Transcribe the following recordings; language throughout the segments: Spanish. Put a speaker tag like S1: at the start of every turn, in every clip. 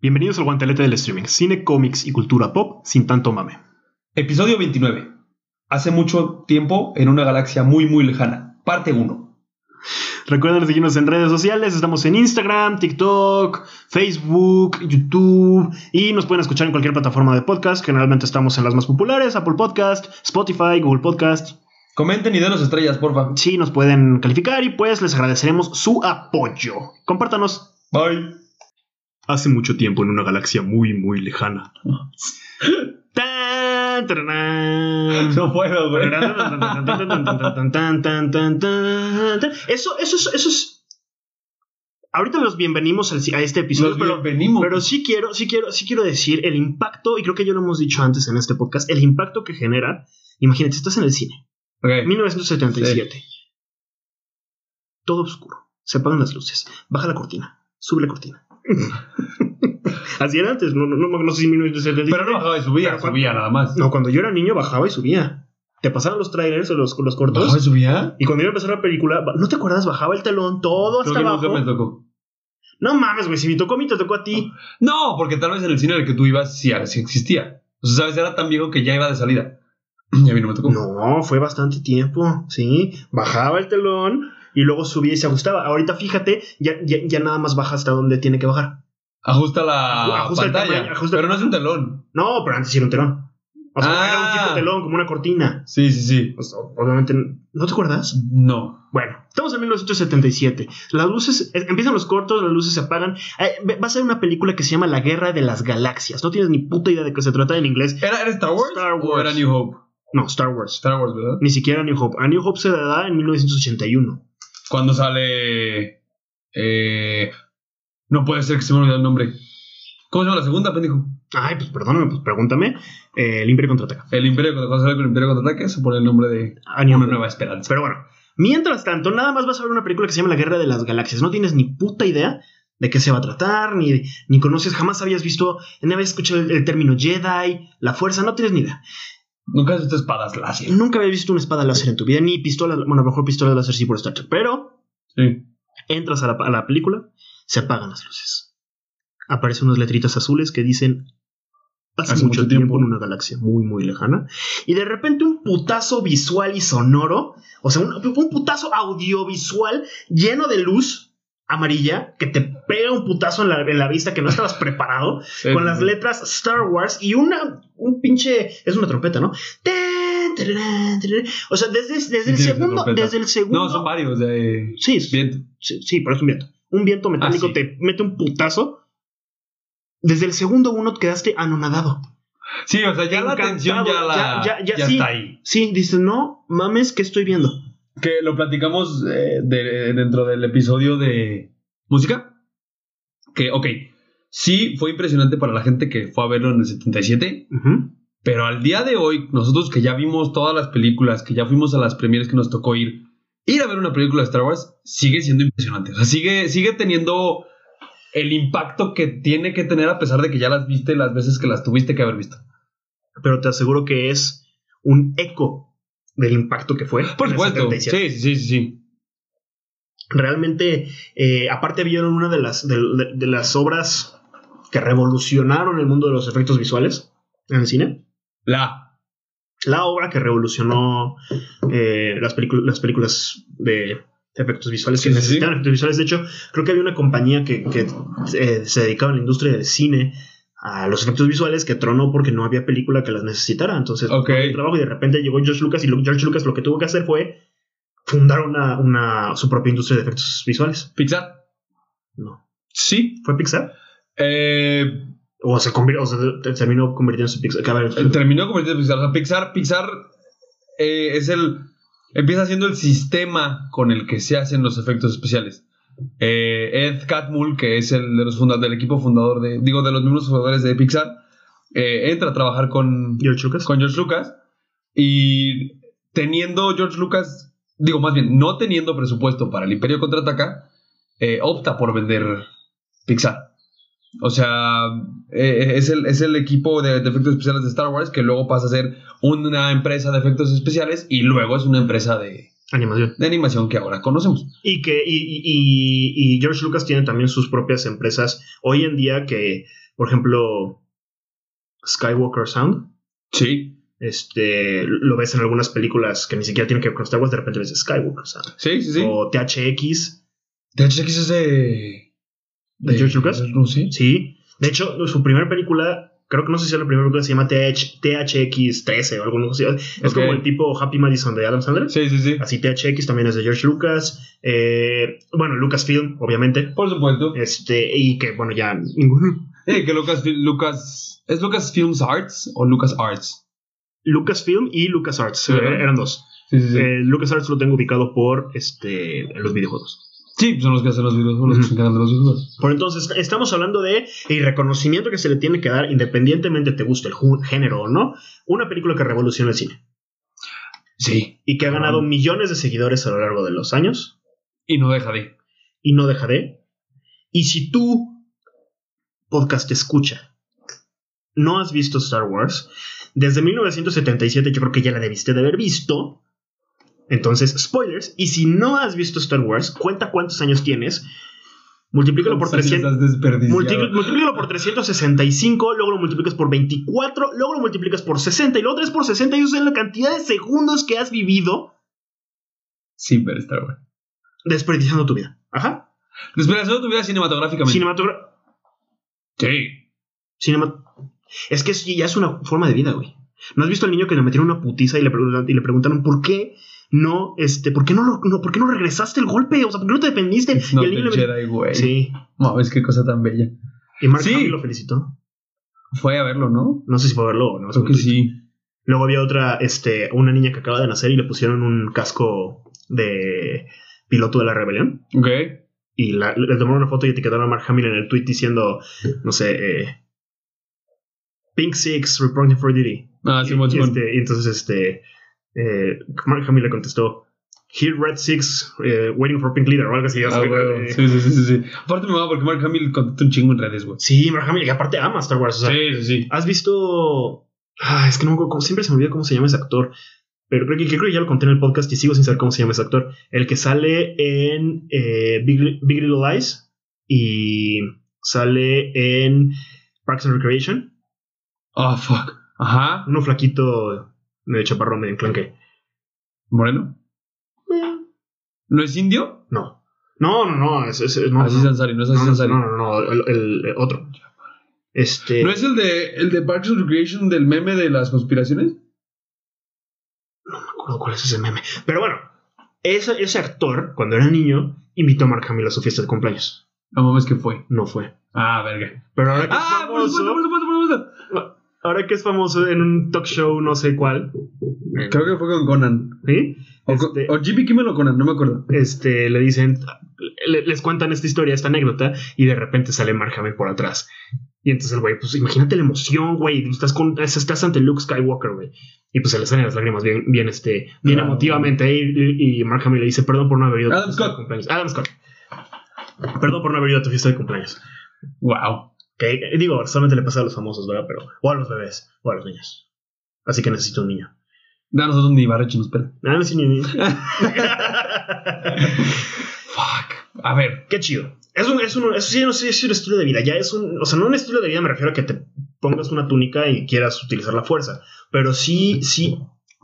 S1: Bienvenidos al guantelete del streaming, cine, cómics y cultura pop sin tanto mame.
S2: Episodio 29. Hace mucho tiempo en una galaxia muy muy lejana. Parte 1.
S1: Recuerden seguirnos en redes sociales, estamos en Instagram, TikTok, Facebook, YouTube y nos pueden escuchar en cualquier plataforma de podcast. Generalmente estamos en las más populares, Apple Podcast, Spotify, Google Podcast.
S2: Comenten y denos estrellas, porfa.
S1: Sí, nos pueden calificar y pues les agradeceremos su apoyo. Compártanos.
S2: Bye.
S1: Hace mucho tiempo en una galaxia muy muy lejana. Tan, tararán.
S2: No puedo, güey.
S1: Eso, eso es, eso es. Ahorita los bienvenimos al- a este episodio,
S2: Nos
S1: pero,
S2: venimos.
S1: pero sí quiero, sí quiero, sí quiero decir el impacto, y creo que ya lo hemos dicho antes en este podcast, el impacto que genera. Imagínate, estás en el cine,
S2: Ok.
S1: 1977. Todo oscuro. Se apagan las luces. Baja la cortina. Sube la cortina. Así era antes, no, no, no, no sé si 1977.
S2: Pero no bajaba y subía,
S1: Pero cuando-
S2: subía nada más.
S1: No, cuando yo era niño bajaba y subía. Te pasaban los trailers o los, los cortos.
S2: ¿Bajaba y subía?
S1: Y cuando iba a empezar la película, ba- ¿no te acuerdas? Bajaba el telón todo
S2: Creo
S1: hasta
S2: que nunca
S1: abajo.
S2: me tocó.
S1: No mames, güey. Si me tocó a mí, te tocó a ti.
S2: No, porque tal vez en el cine al que tú ibas sí, sí existía. O sea, ¿sabes? Era tan viejo que ya iba de salida. Y a mí no me tocó.
S1: No, fue bastante tiempo, ¿sí? Bajaba el telón y luego subía y se ajustaba. Ahorita fíjate, ya, ya, ya nada más baja hasta donde tiene que bajar.
S2: Ajusta la
S1: Ajusta el
S2: pantalla.
S1: tamaño, ajusta-
S2: Pero no es un telón.
S1: No, pero antes era un telón. O sea,
S2: Ah.
S1: era un tipo de telón, como una cortina.
S2: Sí, sí, sí.
S1: O sea, obviamente, ¿no te acuerdas?
S2: No.
S1: Bueno, estamos en 1977. Las luces, eh, empiezan los cortos, las luces se apagan. Eh, ve- va a ser una película que se llama La Guerra de las Galaxias. No tienes ni puta idea de qué se trata en inglés.
S2: ¿Era, era Star Wars?
S1: Star
S2: ¿O
S1: Wars.
S2: era New Hope?
S1: No, Star Wars.
S2: Star Wars, ¿verdad?
S1: Ni siquiera New Hope. A New Hope se le da en 1981.
S2: Cuando sale. Eh, no puede ser que se me olvide el nombre. ¿Cómo se llama la segunda, pendejo?
S1: Ay, pues perdóname, pues pregúntame. Eh, el Imperio contraataca.
S2: El Imperio contra cuando sale con el Imperio contraataque se pone el nombre de
S1: A New
S2: Una
S1: Hope.
S2: Nueva Esperanza.
S1: Pero bueno, mientras tanto, nada más vas a ver una película que se llama La Guerra de las Galaxias. No tienes ni puta idea de qué se va a tratar, ni, ni conoces, jamás habías visto, ni habías escuchado el, el término Jedi, la fuerza, no tienes ni idea.
S2: Nunca has visto espadas láser.
S1: Nunca había visto una espada láser en tu vida, ni pistola, bueno, a lo mejor pistola láser sí por Star Trek, pero
S2: Sí.
S1: entras a la, a la película, se apagan las luces. Aparecen unas letritas azules que dicen hace, mucho, tiempo, en una galaxia muy, muy lejana, y de repente un putazo visual y sonoro, o sea, un, un putazo audiovisual lleno de luz amarilla que te pega un putazo en la, en la vista que no estabas preparado con las letras Star Wars y una un pinche es una trompeta, ¿no? Ten, tararán, tararán. O sea, desde, desde
S2: Sí,
S1: el
S2: tiene
S1: segundo,
S2: trompeta.
S1: desde el segundo,
S2: No, son varios eh, de
S1: sí, es-
S2: viento.
S1: sí, sí, pero es un viento, un viento metálico
S2: Ah, sí.
S1: te mete un putazo. Desde el segundo uno quedaste anonadado.
S2: Sí, o sea, ya la
S1: Encantado,
S2: atención ya la.
S1: ya- ya-
S2: Ya,
S1: ya sí.
S2: está ahí.
S1: Sí, dices, no mames, ¿qué estoy viendo?
S2: Que lo platicamos eh, de- dentro del episodio de música. Que, ok, sí fue impresionante para la gente que fue a verlo en el 77.
S1: Ujú.
S2: Pero al día de hoy, nosotros que ya vimos todas las películas, que ya fuimos a las premieres que nos tocó ir, ir a ver una película de Star Wars sigue siendo impresionante. O sea, sigue, sigue teniendo el impacto que tiene que tener a pesar de que ya las viste las veces que las tuviste que haber visto.
S1: Pero te aseguro que es un eco del impacto que fue.
S2: Por
S1: en el
S2: supuesto.
S1: 77.
S2: Sí, sí, sí, sí, sí.
S1: realmente, eh, aparte vieron una de las, de, de- de las obras que revolucionaron el mundo de los efectos visuales en el cine.
S2: La.
S1: La obra que revolucionó eh, las, películas las películas de efectos visuales que
S2: Sí, sí,
S1: necesitaban efectos visuales. De hecho, creo que había una compañía que, que, eh, se dedicaba a la industria del cine a los efectos visuales que tronó porque no había película que las necesitara. Entonces,
S2: Ok.
S1: no había trabajo y de repente llegó George Lucas y lo- George Lucas lo que tuvo que hacer fue fundar una, una, su propia industria de efectos visuales.
S2: Pixar.
S1: No.
S2: Sí.
S1: ¿Fue Pixar?
S2: Eh,
S1: O se, convir- o sea, te- terminó convirtiéndose en Pixar. Que, a ver,
S2: terminó convirtiéndose en Pixar. O sea, Pixar, Pixar eh, es el. Empieza siendo el sistema con el que se hacen los efectos especiales. Eh, Ed Catmull, que es el de los funda- del equipo fundador de. Digo, de los mismos fundadores de Pixar, eh, entra a trabajar con,
S1: George Lucas.
S2: con George Lucas. Y teniendo George Lucas. Digo, más bien, no teniendo presupuesto para el Imperio Contraataca, eh, opta por vender Pixar. O sea, eh, es, el, es el equipo de, de efectos especiales de Star Wars que luego pasa a ser una empresa de efectos especiales y luego es una empresa de,
S1: Animación.
S2: de animación que ahora conocemos.
S1: Y que y, y- y- y George Lucas tiene también sus propias empresas hoy en día que Por ejemplo, Skywalker Sound.
S2: Sí,
S1: Este, lo ves en algunas películas que ni siquiera tienen que ver con Star Wars, de repente ves Skywalker Sound.
S2: sí, sí, sí.
S1: O THX
S2: THX es de...
S1: de George Lucas.
S2: No, sí.
S1: Sí. De hecho, su primera película, creo que no sé si es la primera película, se llama TH, THX13 o algo así. Es
S2: Ok.
S1: como el tipo Happy Madison de Adam Sandler.
S2: Sí, sí, sí.
S1: Así THX también es de George Lucas. Eh, bueno, Lucasfilm, obviamente.
S2: Por supuesto.
S1: Este, y que bueno, ya ninguno.
S2: Eh, que Lucas, Lucas... ¿Es Lucas Films Arts o Lucas Arts?
S1: Lucasfilm y LucasArts,
S2: Sí, ¿verdad?
S1: eh, eran dos.
S2: Sí, sí, sí.
S1: Eh, LucasArts lo tengo ubicado por este, los videojuegos.
S2: sí, son los que hacen los videos, son los que
S1: Ujú.
S2: se encargan de los videos.
S1: Por entonces, estamos hablando de el reconocimiento que se le tiene que dar, independientemente te guste el ju- género o no, una película que revoluciona el cine
S2: Sí.
S1: y que ha ganado
S2: Ah.
S1: millones de seguidores a lo largo de los años.
S2: Y no deja de.
S1: y no deja de. Y si tú, podcast escucha, no has visto Star Wars, desde 1977 yo creo que ya la debiste de haber visto. Entonces, spoilers. Y si no has visto Star Wars, cuenta cuántos años tienes, multiplícalo por
S2: ¿Cuántos años
S1: 300.
S2: has desperdiciado?
S1: multipli- Multiplícalo por 365, luego lo multiplicas por 24, luego lo multiplicas por 60 y luego 3 por 60 y eso es la cantidad de segundos que has vivido
S2: Sí, pero está bueno.
S1: desperdiciando tu vida. Ajá.
S2: Desperdiciando tu vida cinematográficamente.
S1: Cinematografía.
S2: sí.
S1: Cinema... Es que es- ya es una forma de vida, güey. ¿No has visto al niño que le metieron una putiza y le, pregun- y le preguntaron por qué no, este, por qué no, lo- no- por qué no regresaste el golpe? O sea, ¿por qué no te defendiste?
S2: It's
S1: Y
S2: not
S1: el niño
S2: the
S1: le metió-
S2: Jedi, güey.
S1: Sí.
S2: Mames, qué cosa tan bella.
S1: Y Mark
S2: Sí.
S1: Hamill lo felicitó.
S2: Fue a verlo, ¿no?
S1: No sé si fue a verlo o no.
S2: Creo que sí.
S1: Luego había otra, este, una niña que acaba de nacer y le pusieron un casco de piloto de la rebelión.
S2: Ok.
S1: Y la- le tomaron una foto y etiquetaron a Mark Hamill en el tweet diciendo, no sé, eh, Pink Six, reporting for duty.
S2: Ah, sí,
S1: y,
S2: Simón.
S1: este, y entonces este eh, Mark Hamill le contestó Here Red Six eh, waiting for Pink Leader o algo así. o
S2: Ah,
S1: sea,
S2: huevo.
S1: eh,
S2: Sí, sí, sí, sí, sí. Aparte me va porque Mark Hamill contesta un chingo en redes, güey.
S1: sí, Mark Hamill, y aparte ama Star Wars. o sea,
S2: Sí, sí, sí.
S1: ¿Has visto? Ah, es que no me acuerdo cómo- siempre se me olvida cómo se llama ese actor. Pero creo que, que creo que ya lo conté en el podcast y sigo sin saber cómo se llama ese actor. El que sale en eh, Big, Big Little Lies y sale en Parks and Recreation.
S2: Ah, fuck. Ajá.
S1: Uno flaquito medio chaparrón, medio enclenque.
S2: Moreno. ¿No es indio?
S1: No. No, no, no. Es, es- es- no,
S2: así
S1: no.
S2: Sansari, no es así
S1: no,
S2: Sansari.
S1: no, no, no, no, el, el- el otro. Este.
S2: ¿No es el de, el de Parks and Recreation del meme de las conspiraciones?
S1: No me acuerdo cuál es ese meme. Pero bueno, ese, ese actor, cuando era niño, invitó a Mark Hamill a su fiesta de cumpleaños.
S2: No mames, que fue.
S1: No fue.
S2: Ah, verga.
S1: Pero ahora que
S2: Ah,
S1: es
S2: por
S1: famoso.
S2: supuesto, por supuesto, por supuesto.
S1: Ahora que es famoso en un talk show, no sé cuál.
S2: Creo que fue con Conan.
S1: ¿Sí?
S2: O,
S1: Este-
S2: con- o Jimmy Kimmel o Conan, no me acuerdo.
S1: Este, le dicen. le- les cuentan esta historia, esta anécdota, y de repente sale Mark Hamill por atrás. Y entonces el güey, pues imagínate la emoción, güey. Estás, con, estás ante Luke Skywalker, güey. Y pues se le salen las lágrimas bien, bien, este, bien
S2: Ah.
S1: emotivamente. Y, y Mark Hamill le dice, perdón por no haber ido a tu
S2: Adam
S1: fiesta de
S2: Scott.
S1: cumpleaños. Adam Scott. Perdón por no haber ido a tu fiesta de cumpleaños.
S2: Wow.
S1: Que, eh, digo, solamente le pasa a los famosos, ¿verdad? Pero, o a los bebés, o a los niños. Así que necesito un niño.
S2: Da a nosotros ni Barrecho nos espera.
S1: Ah, no, sí, ni-
S2: Fuck. A ver.
S1: Qué chido. Es un, es un, eso sí, no sé, es un estilo de vida. Ya es un, o sea, no un estilo de vida, me refiero a que te pongas una túnica y quieras utilizar la fuerza. Pero sí, sí,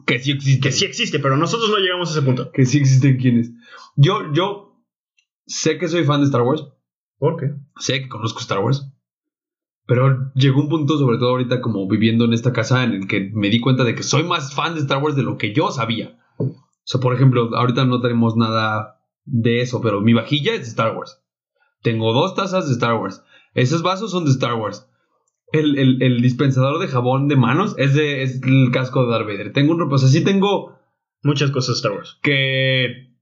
S2: Que sí existe.
S1: que sí existe, pero nosotros no llegamos a ese punto.
S2: que sí existen quienes. Yo, yo sé que soy fan de Star Wars,
S1: ¿Por qué?
S2: sé que conozco Star Wars, pero llegó un punto, sobre todo ahorita como viviendo en esta casa, en el que me di cuenta de que soy más fan de Star Wars de lo que yo sabía. O sea, por ejemplo, ahorita no tenemos nada de eso, pero mi vajilla es de Star Wars. Tengo dos tazas de Star Wars. Esos vasos son de Star Wars. El, el- el dispensador de jabón de manos es, de, es el casco de Darth Vader. Tengo un ropa, o sea, sí tengo
S1: Muchas cosas de Star Wars.
S2: que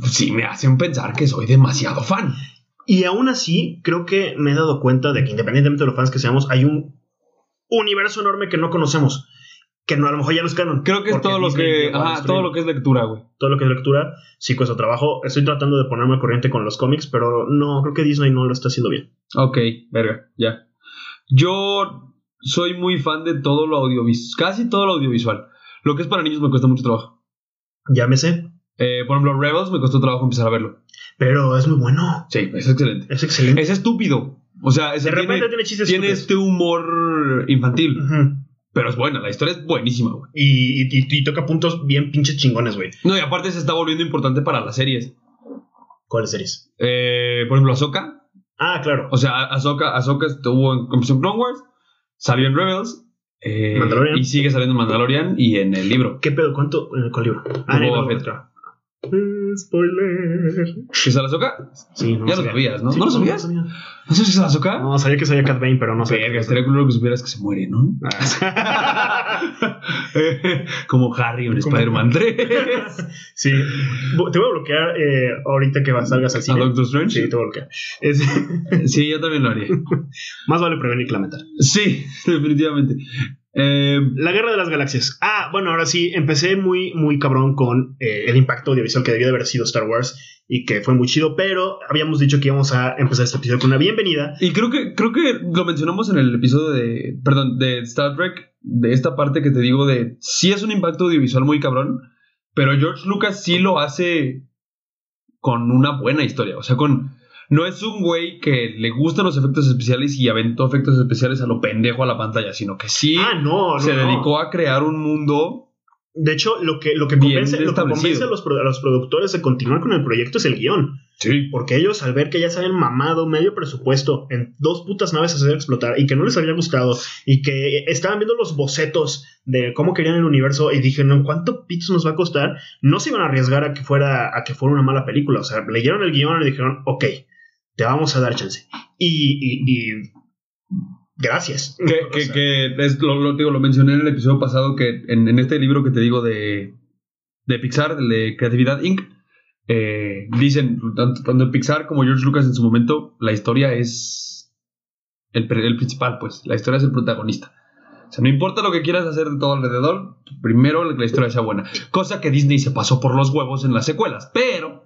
S2: pues, sí me hacen pensar que soy demasiado fan.
S1: Y aún así, creo que me he dado cuenta de que independientemente de los fans que seamos, hay un universo enorme que no conocemos. Que no, a lo mejor ya no es canon.
S2: Creo que es
S1: Porque
S2: todo lo
S1: Disney
S2: que,
S1: llegó a
S2: ajá,
S1: destruir.
S2: todo lo que es lectura, güey.
S1: todo lo que es lectura, sí cuesta trabajo. Estoy tratando de ponerme al corriente con los cómics, pero no, creo que Disney no lo está haciendo bien.
S2: Ok, verga, ya. Yo soy muy fan de todo lo audiovisual, casi todo lo audiovisual. Lo que es para niños me cuesta mucho trabajo.
S1: Llámese,
S2: Eh, por ejemplo, Rebels me costó trabajo empezar a verlo.
S1: pero es muy bueno.
S2: Sí, es excelente.
S1: Es excelente.
S2: Es estúpido. O sea, ese
S1: De repente
S2: tiene,
S1: tiene chistes.
S2: tiene
S1: estúpidos.
S2: este humor infantil,
S1: Ujú.
S2: pero es buena, la historia es buenísima, güey.
S1: y, y- y- y toca puntos bien pinches chingones, güey.
S2: No, y aparte se está volviendo importante para las series.
S1: ¿Cuáles series?
S2: Eh, por ejemplo, Ahsoka.
S1: Ah, claro.
S2: O sea, Ahsoka, Ahsoka estuvo en comenzó en Clone Wars, salió en Rebels, eh,
S1: Mandalorian.
S2: y sigue saliendo en Mandalorian y en el libro.
S1: ¿Qué pedo? ¿Cuánto? ¿En ¿Cuál libro? Ah,
S2: Boba
S1: no,
S2: Fett.
S1: claro. Spoiler.
S2: ¿Qué es Ahsoka?
S1: Sí, no
S2: Ya lo sabías, ¿no? ¿No lo sabías? ¿No sabes qué es Ahsoka?
S1: No, sabía que sabía Cat Bane, pero no sabía.
S2: Verga, estaría culero que supieras que se muere, ¿no?
S1: Ah,
S2: Eh, Como Harry en
S1: Como-
S2: Spider-Man 3.
S1: sí. Bu- Te voy a bloquear eh, ahorita que vas- salgas al
S2: ¿A
S1: cine.
S2: Doctor Strange?
S1: Sí, te voy a bloquear. Es-
S2: Sí, yo también lo haría.
S1: más vale prevenir que lamentar.
S2: Sí, definitivamente. Eh,
S1: La Guerra de las Galaxias. Ah, bueno, ahora sí, empecé muy, muy cabrón con eh, el impacto audiovisual que debió de haber sido Star Wars y que fue muy chido, pero habíamos dicho que íbamos a empezar este episodio con una bienvenida.
S2: y creo que, creo que lo mencionamos en el episodio de. Perdón, de Star Trek. De esta parte que te digo de. Sí es un impacto audiovisual muy cabrón. Pero George Lucas sí lo hace con una buena historia. O sea, con. No es un güey que le gustan los efectos especiales y aventó efectos especiales a lo pendejo a la pantalla, sino que sí
S1: Ah, no, no,
S2: se
S1: no.
S2: dedicó a crear un mundo
S1: De hecho, lo que, lo que
S2: Bien
S1: convence, lo que
S2: establecido.
S1: convence a, los, pro- a los productores de continuar con el proyecto es el guión.
S2: Sí.
S1: Porque ellos, al ver que ya se habían mamado medio presupuesto en dos putas naves a hacer explotar y que no les había gustado y que eh, estaban viendo los bocetos de cómo querían el universo y dijeron, ¿cuánto pitos nos va a costar? No se iban a arriesgar a que fuera, a que fuera una mala película. O sea, leyeron el guión y dijeron, ok, te vamos a dar chance. Y. y- y gracias.
S2: Que,
S1: O
S2: que-
S1: sea,
S2: que es lo, lo- digo, lo mencioné en el episodio pasado que en, en este libro que te digo de, de Pixar, el de Creatividad Inc., eh, dicen, tanto, tanto Pixar como George Lucas en su momento, la historia es el, pr- el principal, pues, la historia es el protagonista. O sea, no importa lo que quieras hacer de todo alrededor, primero que la historia sea buena. Cosa que Disney se pasó por los huevos en las secuelas, pero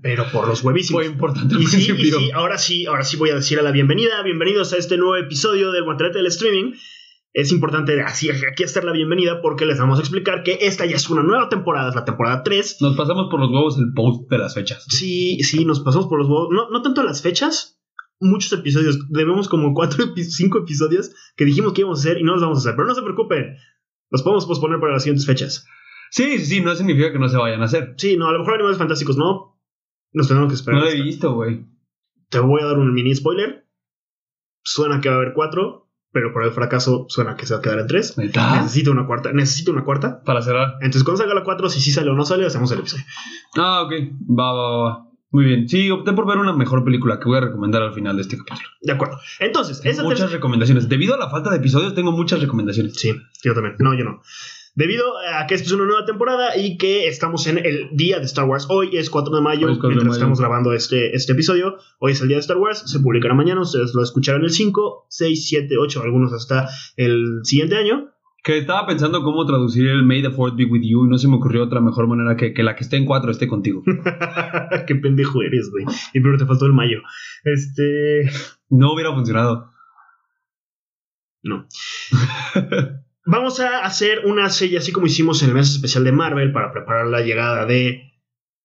S1: Pero por los huevísimos.
S2: fue importante al
S1: Y sí, y
S2: principio.
S1: sí, ahora sí, ahora sí voy a decir a la bienvenida. Bienvenidos a este nuevo episodio del Guantelete del Streaming. Es importante así aquí hacer la bienvenida porque les vamos a explicar que esta ya es una nueva temporada, es la temporada 3.
S2: Nos pasamos por los huevos el post de las fechas.
S1: Sí, sí, nos pasamos por los huevos. No, no tanto las fechas, muchos episodios. Debemos como 4, 5 episodios que dijimos que íbamos a hacer y no los vamos a hacer. Pero no se preocupen, los podemos posponer para las siguientes fechas.
S2: Sí, sí, sí, no significa que no se vayan a hacer.
S1: Sí, no, a lo mejor Animales Fantásticos no. Nos tenemos que esperar.
S2: no lo he
S1: hasta-
S2: visto, güey.
S1: te voy a dar un mini spoiler. Suena que va a haber cuatro, pero por el fracaso suena que se va a quedar en tres.
S2: ¿Neta?
S1: Necesito una cuarta, necesito una cuarta.
S2: Para cerrar.
S1: Entonces cuando salga la cuatro, si sí sale o no sale, hacemos el episodio.
S2: Ah, ok. Va, va, va, va. Muy bien. Sí, opté por ver una mejor película que voy a recomendar al final de este capítulo.
S1: De acuerdo. Entonces,
S2: Tengo
S1: esa
S2: muchas
S1: tercera...
S2: recomendaciones. Debido a la falta de episodios, tengo muchas recomendaciones.
S1: Sí, yo también. No, yo no. Debido a que esta es una nueva temporada y que estamos en el día de Star Wars, hoy es 4 de mayo,
S2: Hoy es 4 de
S1: mientras
S2: mayo.
S1: estamos grabando este, este episodio, hoy es el día de Star Wars, se publicará mañana, ustedes lo escucharán el 5, 6, 7, 8, algunos hasta el siguiente año.
S2: Que estaba pensando cómo traducir el May the Fourth be with you y no se me ocurrió otra mejor manera que que la que esté en cuatro esté contigo.
S1: Qué pendejo eres, güey. Y pero te faltó el mayo. Este.
S2: No hubiera funcionado.
S1: Vamos a hacer una serie, así como hicimos en el mes especial de Marvel, para preparar la llegada de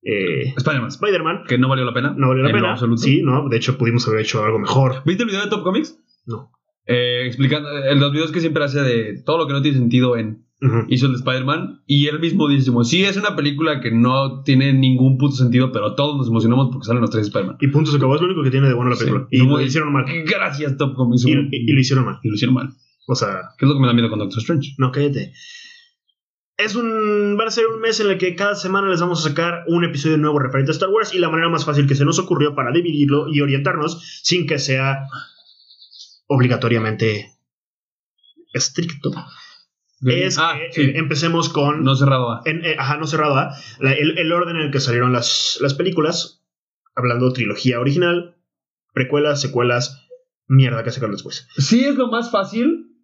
S1: eh,
S2: Spider-Man.
S1: Spider-Man.
S2: Que no valió la pena.
S1: No valió la
S2: En lo
S1: pena.
S2: absoluto.
S1: Sí, no, de hecho pudimos haber hecho algo mejor.
S2: ¿Viste el video de Top Comics?
S1: No.
S2: Eh, explicando eh, los videos que siempre hace de todo lo que no tiene sentido en
S1: Ujú.
S2: hizo el de Spider-Man y él mismo dice, sí, es una película que no tiene ningún puto sentido, pero todos nos emocionamos porque salen los tres Spider-Man.
S1: Y punto se acabó, es lo único que tiene de bueno la
S2: Sí.
S1: película. Y
S2: No,
S1: lo
S2: güey.
S1: hicieron mal.
S2: Gracias, Top Comics.
S1: Y, y- y lo hicieron mal.
S2: Y lo hicieron mal.
S1: O sea,
S2: Que es lo que me da miedo con Doctor Strange.
S1: no, cállate. Es un. Va a ser un mes en el que cada semana les vamos a sacar un episodio nuevo referente a Star Wars. Y la manera más fácil que se nos ocurrió para dividirlo y orientarnos sin que sea obligatoriamente estricto. Es
S2: ah,
S1: que
S2: sí.
S1: eh, empecemos con.
S2: no cerrado A.
S1: en- eh, ajá, no cerrado ¿ah? La- el, el orden en el que salieron las, las películas. Hablando trilogía original, precuelas, secuelas, mierda que sacaron después.
S2: Sí es lo más fácil,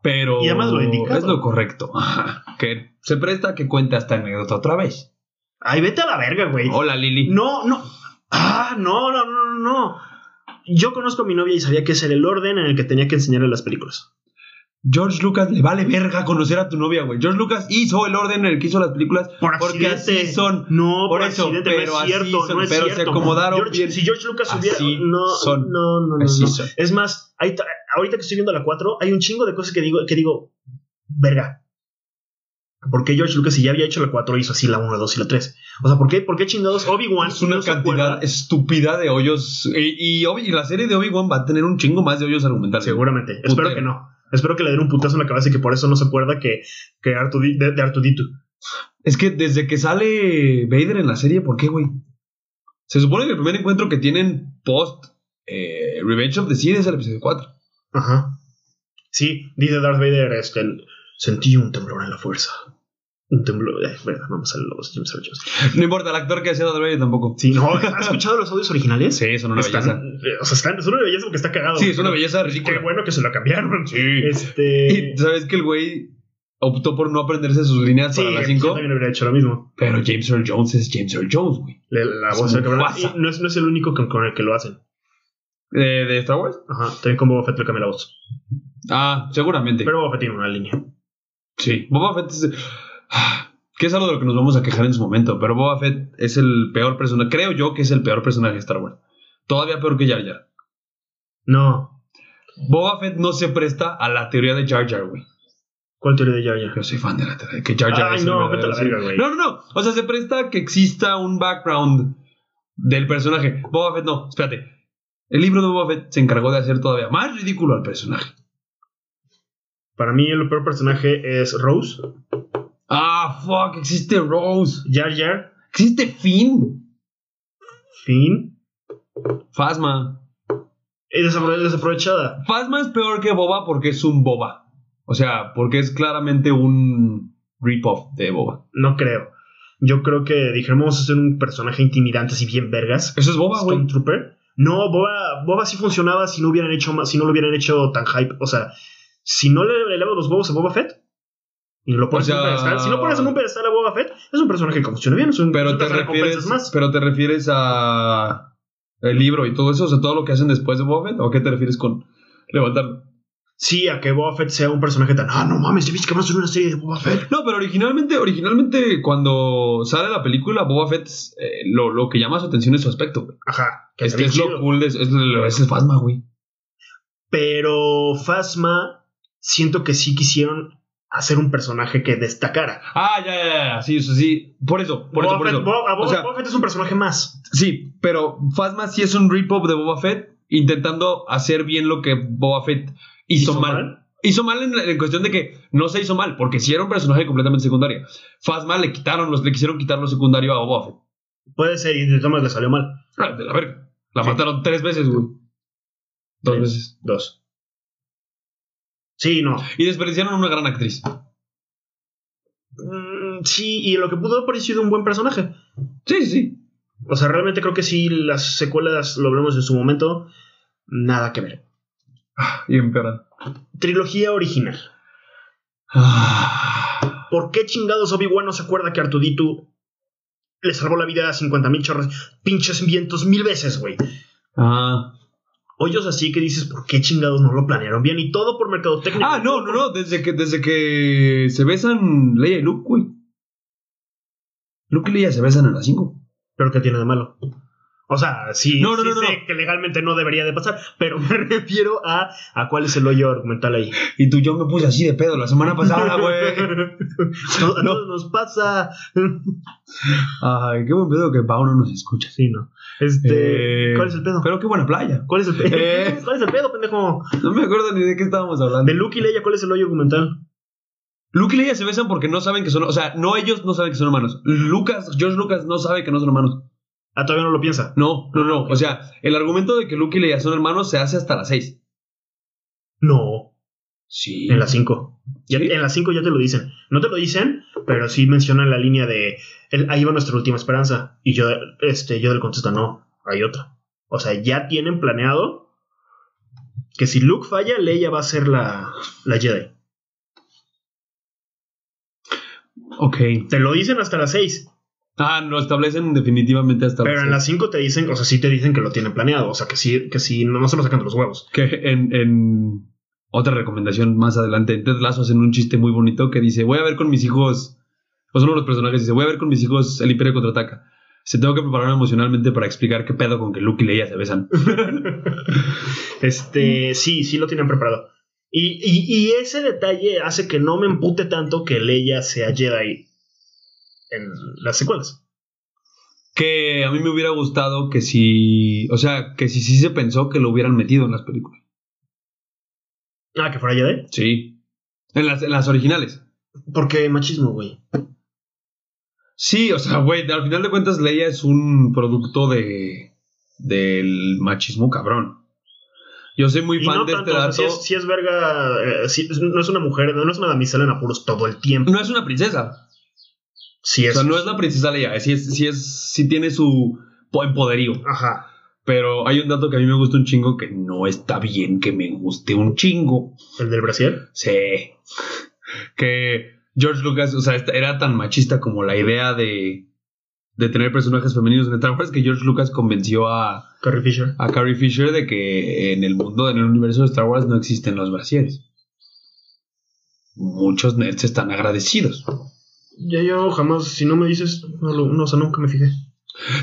S2: pero
S1: Y además lo indicado.
S2: es lo correcto. Ajá. que se presta a que cuente esta anécdota otra vez.
S1: Ay, vete a la verga, güey.
S2: Hola, Lili.
S1: No, no. Ah, no, no, no, no, no. Yo conozco a mi novia y sabía que ese era el orden en el que tenía que enseñarle las películas.
S2: George Lucas le vale verga conocer a tu novia, güey. George Lucas hizo el orden en el que hizo las películas
S1: Por
S2: porque
S1: accidente.
S2: así son.
S1: No,
S2: Por
S1: por,
S2: eso,
S1: accidente, no
S2: pero
S1: es
S2: así
S1: cierto,
S2: son,
S1: no es
S2: pero se
S1: cierto.
S2: acomodaron
S1: George-
S2: bien.
S1: Si George Lucas hubiera...
S2: Así
S1: no,
S2: son.
S1: no, no, no,
S2: Así
S1: no.
S2: son.
S1: Es más, hay ta- ahorita que estoy viendo la 4, hay un chingo de cosas que digo, que digo verga. ¿Por qué George Lucas, si ya había hecho la 4, hizo así la 1, la 2 y la 3? O sea, ¿por qué, por qué chingados Obi-Wan
S2: Es
S1: Pues
S2: una
S1: no se
S2: cantidad
S1: acuerda?
S2: estúpida de hoyos. Y, y Obi- y la serie de Obi-Wan va a tener un chingo más de hoyos argumentales.
S1: Seguramente.
S2: Putero.
S1: Espero que no. Espero que le den un putazo en la cabeza y que por eso no se acuerda que, que R2D de, de Artudito.
S2: Es que desde que sale Vader en la serie, ¿por qué, güey? Se supone que el primer encuentro que tienen post eh, Revenge of the Sith es el episodio 4.
S1: Ajá. Sí, dice Darth Vader, este, el- sentí un temblor en la fuerza. Un temblor, eh, verdad, no me salen los James Earl Jones.
S2: No importa, el actor que hacía Darth Vader tampoco.
S1: Sí, no, ¿has escuchado los audios originales?
S2: Sí, son una belleza.
S1: Están, eh, o sea, están, es una belleza porque está cagado.
S2: Sí, es una belleza
S1: Qué
S2: ridícula.
S1: bueno que se lo cambiaron.
S2: Sí.
S1: Este.
S2: Y sabes que el güey optó por no aprenderse sus líneas
S1: Sí,
S2: para las
S1: yo
S2: 5.
S1: también hubiera hecho lo mismo.
S2: Pero James Earl Jones es James Earl Jones, güey.
S1: Le- La,
S2: Es
S1: voz
S2: un
S1: del cabrón.
S2: guasa.
S1: Y no es, no es el único con, con el que lo hacen.
S2: ¿De, de Star Wars?
S1: Ajá, también con Boba Fett le cambia la voz.
S2: Ah, seguramente.
S1: Pero Boba Fett tiene una línea.
S2: sí. Boba Fett es. Ah, Que es algo de lo que nos vamos a quejar en su momento. Pero Boba Fett es el peor personaje. Creo yo que es el peor personaje de Star Wars. Todavía peor que Jar Jar.
S1: No.
S2: Boba Fett no se presta a la teoría de Jar Jar, güey.
S1: ¿Cuál teoría de Jar Jar?
S2: Yo soy fan de la teoría de que Jar Jar
S1: Ay,
S2: es el
S1: no, vete a
S2: verdadero
S1: la
S2: ser.
S1: verga, güey.
S2: No, no, no. O sea, se presta a que exista un background del personaje. Boba Fett no, espérate. El libro de Boba Fett se encargó de hacer todavía más ridículo al personaje.
S1: Para mí, el peor personaje es Rose.
S2: Ah, fuck, existe Rose.
S1: Jar Jar.
S2: Existe Finn.
S1: Finn.
S2: Fasma.
S1: Es desapro- desaprovechada.
S2: Fasma es peor que Boba porque es un Boba. O sea, porque es claramente un rip-off de Boba.
S1: No creo. Yo creo que dijeron, vamos a hacer un personaje intimidante, así bien vergas.
S2: Eso es Boba, güey.
S1: Stormtrooper. No, Boba, Boba sí funcionaba si no hubieran hecho más, si no lo hubieran hecho tan hype. O sea, si no le elevas los huevos a Boba Fett y lo pones
S2: O sea-
S1: en un pedestal, si no pones en un pedestal a Boba Fett, es un personaje que funciona bien, es un, es
S2: Pero
S1: un
S2: te
S1: personaje que compensas
S2: refieres,
S1: más.
S2: pero te refieres a el libro y todo eso, o sea, todo lo que hacen después de Boba Fett, ¿o a qué te refieres con levantarlo?
S1: Sí, a que Boba Fett sea un personaje tan, ah, no mames, ya viste que van a hacer una serie de Boba Fett.
S2: No, pero originalmente, originalmente cuando sale la película, Boba Fett eh, lo, lo que llama su atención es su aspecto, güey.
S1: Ajá, que
S2: Es
S1: está bien
S2: que es lo
S1: chido.
S2: cool, de- es, lo- es el Fasma, güey.
S1: Pero Phasma, siento que sí quisieron hacer un personaje que destacara.
S2: Ah, ya, ya, ya, ya, sí, eso sí. Por eso, por eso,
S1: Boba
S2: por
S1: Fett-
S2: eso.
S1: Bo- a Boba,
S2: O sea-
S1: Boba Fett es un personaje más.
S2: Sí, pero Fasma sí es un rip-off de Boba Fett, intentando hacer bien lo que Boba Fett hizo, mal. Hizo mal en, la- en cuestión de que no se hizo mal, porque sí era un personaje completamente secundario. Fasma le quitaron, los, le quisieron quitar lo secundario a Boba Fett.
S1: Puede ser, y de todas maneras le salió mal.
S2: Ah, De la verga. La
S1: Sí.
S2: mataron tres veces, güey. Dos
S1: Tres.
S2: veces.
S1: Dos. Sí, no.
S2: Y desperdiciaron una gran actriz.
S1: Mm, sí, y lo que pudo haber parecido un buen personaje.
S2: Sí, sí.
S1: O sea, realmente creo que sí, las secuelas lo hablamos en su momento. Nada que ver.
S2: Y empeoran.
S1: Trilogía original.
S2: Ah.
S1: ¿Por qué chingados Obi-Wan no se acuerda que Artuditu le salvó la vida a 50 mil chorros? Pinches vientos mil veces, güey.
S2: Ah.
S1: Hoyos así que dices, ¿por qué chingados no lo planearon bien? Y todo por mercadotecnia.
S2: Ah, no, no, no. Desde que, desde que se besan Leia y Luke, güey. Luke y Leia se besan a las 5.
S1: Pero ¿qué tiene de malo? O sea, sí,
S2: No, no,
S1: sí
S2: no, no,
S1: sé que legalmente no debería de pasar, pero me refiero a, a cuál es el hoyo argumental ahí.
S2: Y tú, yo me puse así de pedo la semana pasada, Ah, güey.
S1: No, a todos nos pasa.
S2: Ay, qué buen pedo que Pau no nos escucha.
S1: Sí, no. Este,
S2: Eh,
S1: ¿cuál es el pedo?
S2: Pero qué buena playa.
S1: ¿Cuál es el pedo?
S2: Eh.
S1: ¿Cuál es el pedo, pendejo?
S2: No me acuerdo ni de qué estábamos hablando.
S1: De Luke y Leia, ¿cuál es el hoyo argumental?
S2: Luke y Leia se besan porque no saben que son. O sea, no ellos no saben que son hermanos. Lucas, George Lucas no sabe que no son hermanos.
S1: Ah, todavía no lo piensa.
S2: No, no, no. O sea, el argumento de que Luke y Leia son hermanos se hace hasta las 6.
S1: No,
S2: Sí.
S1: en las 5.
S2: ¿Sí?
S1: En las 5 ya te lo dicen. No te lo dicen, pero sí mencionan la línea de el- ahí va nuestra última esperanza. Y yo, este, yo le contesto, no, hay otra. O sea, ya tienen planeado que si Luke falla, Leia va a ser la, la Jedi.
S2: Ok.
S1: Te lo dicen hasta las 6.
S2: Ah, lo establecen definitivamente hasta
S1: Pero en
S2: las
S1: las 5 te dicen, o sea, sí te dicen que lo tienen planeado. O sea, que sí, que sí no, no se lo sacan de los huevos.
S2: seis. Que en, en, Otra recomendación más adelante. En Ted Lasso hacen un chiste muy bonito que dice: Voy a ver con mis hijos. O son los personajes. Dice: Voy a ver con mis hijos El Imperio contraataca. Se tengo que preparar emocionalmente para explicar qué pedo con que Luke y Leia se besan.
S1: este, sí, sí lo tienen preparado. Y, y, y, ese detalle hace que no me empute tanto que Leia sea Jedi en las secuelas.
S2: Que a mí me hubiera gustado que si. O sea, que si sí si se pensó que lo hubieran metido en las películas.
S1: Ah, que fuera Jedi.
S2: Sí. En las, en las originales.
S1: Porque machismo, güey.
S2: Sí, o sea, güey, al final de cuentas Leia es un producto de. del machismo cabrón. Yo soy muy
S1: Y
S2: fan
S1: no
S2: de este
S1: tanto,
S2: dato.
S1: si, es, si es verga, eh, si- no es una mujer, no es una damisela en apuros todo el tiempo.
S2: No es una princesa.
S1: Si
S2: O
S1: es.
S2: sea, no es la princesa Leia. Sí, es, sí, es, sí tiene su po- empoderío.
S1: Ajá.
S2: Pero hay un dato que a mí me gusta un chingo que no está bien que me guste un chingo.
S1: El del Brasil.
S2: Sí. Que George Lucas, o sea, esta- era tan machista como la idea de, de tener personajes femeninos en Star Wars que George Lucas convenció a,
S1: Carrie Fisher.
S2: a Carrie Fisher de que en el mundo, en el universo de Star Wars no existen los brasieres. Muchos nerds están agradecidos.
S1: Ya yo jamás, si no me dices, no, lo- no, o sea, nunca me fijé.